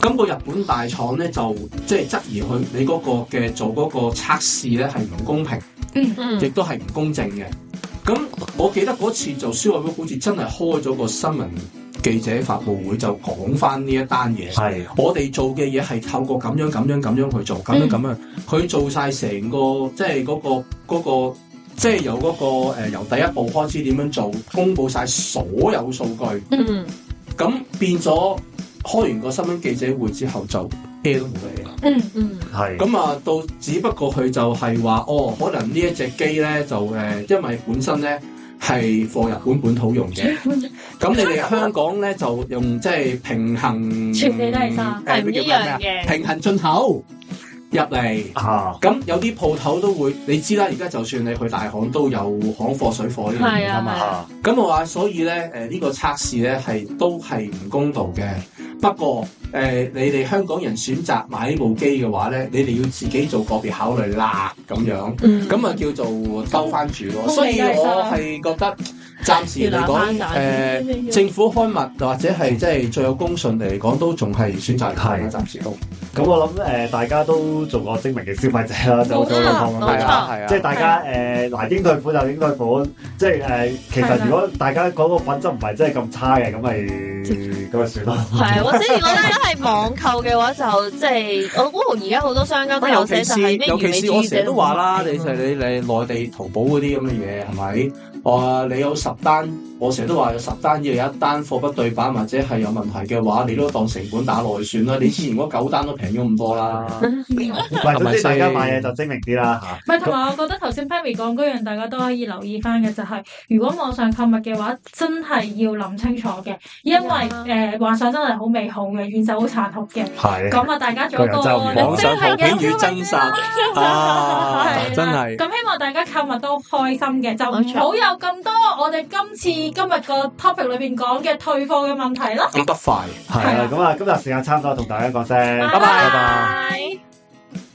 [SPEAKER 4] 咁、個日本大廠咧就即係質疑佢你嗰個嘅做嗰個測試咧係唔公平，
[SPEAKER 3] 嗯
[SPEAKER 4] 亦都係唔公正嘅。咁我記得嗰次就消委會好似真係開咗個新聞記者發布會，就講翻呢一單嘢。
[SPEAKER 1] 係
[SPEAKER 4] 我哋做嘅嘢係透過咁樣咁樣咁樣去做，咁樣咁樣，佢做晒成個即係嗰、個嗰、個，即係由嗰、個、呃、由第一步開始點樣做，公佈晒所有數據，
[SPEAKER 3] 嗯
[SPEAKER 4] 咁變咗開完個新聞記者會之後就咩都冇嚟啦。
[SPEAKER 2] 嗯
[SPEAKER 3] 嗯
[SPEAKER 1] 係
[SPEAKER 4] 咁啊，到只不過佢就係話，哦，可能呢一隻機咧就誒、呃因為本身咧係貨日本本土用嘅，咁你哋香港咧就用即係平衡，
[SPEAKER 2] 全地都係沙
[SPEAKER 4] 呃
[SPEAKER 3] 係唔
[SPEAKER 4] 叫
[SPEAKER 3] 一
[SPEAKER 4] 咩啊
[SPEAKER 3] 樣嘅，
[SPEAKER 4] 平衡進口入嚟。
[SPEAKER 1] 啊，
[SPEAKER 4] 咁有啲鋪頭都會，你知啦。而家就算你去大行都有行貨水貨呢樣嘢㗎嘛。
[SPEAKER 1] 啊
[SPEAKER 4] 咁我話，所以咧，誒、呢個測試咧係都係唔公道嘅。不過誒、呃你哋香港人選擇買呢部機嘅話咧，你哋要自己做個別考慮啦，咁樣。
[SPEAKER 3] 嗯
[SPEAKER 4] 咁啊叫做兜翻住咯。
[SPEAKER 2] 咁
[SPEAKER 4] 所以我係覺得暫時嚟講，誒、政府刊物或者係即係最有公信力嚟講，都仲係選擇嚟講啦，暫時都
[SPEAKER 1] 咁我諗誒，大家都做過精明嘅消費者啦，就做到咁
[SPEAKER 3] 冇
[SPEAKER 1] 樣
[SPEAKER 3] 錯
[SPEAKER 4] 係。啊，係啊
[SPEAKER 1] 即係大家誒嗱，應對款就應對款，即係誒，其
[SPEAKER 2] 係啦
[SPEAKER 1] 實如果大家嗰個品質唔係真係咁差嘅，咁咪咁咪算咯。
[SPEAKER 4] 嗯
[SPEAKER 3] 係，或者如果大家係網購嘅話，就即係我估而家好多商家都有
[SPEAKER 4] 尤
[SPEAKER 3] 寫
[SPEAKER 4] 其
[SPEAKER 3] 就是係咩
[SPEAKER 4] 尤
[SPEAKER 3] 完美
[SPEAKER 4] 其
[SPEAKER 3] 主義
[SPEAKER 4] 是
[SPEAKER 3] 者
[SPEAKER 4] 我成日都話啦，
[SPEAKER 3] 都唔
[SPEAKER 4] 你
[SPEAKER 3] 係
[SPEAKER 4] 就係你你內地淘寶嗰啲咁嘅嘢係咪？我話你有十單，我成日都話有十單嘢有一單貨不對版或者係有問題嘅話，你都當成本打內算啦。你之前嗰九單都平咗咁多啦，
[SPEAKER 1] 唔係，總之大家買嘢就精明啲啦嚇。
[SPEAKER 2] 唔係，同埋我覺得頭先 Pammy 講嗰樣，大家都可以留意翻嘅就係、如果網上購物嘅話，真係要諗清楚嘅，因為誒、呃幻想真係好美好嘅，現實好殘酷嘅。
[SPEAKER 1] 係
[SPEAKER 2] 咁啊，大家做一個
[SPEAKER 1] 個人真係唔
[SPEAKER 4] 網上圖片與真實
[SPEAKER 2] 係，啦
[SPEAKER 4] 啊真係。
[SPEAKER 2] 咁希望大家購物都開心嘅，就唔
[SPEAKER 3] 冇錯
[SPEAKER 2] 好有咁多我哋今次今日個 topic 裏邊講嘅退貨嘅問題啦。
[SPEAKER 4] 咁不快，
[SPEAKER 1] 啊係啦，咁啊，今日時間差唔多，同大家講聲，
[SPEAKER 2] 拜
[SPEAKER 1] 拜
[SPEAKER 2] 拜
[SPEAKER 1] 拜。
[SPEAKER 3] 係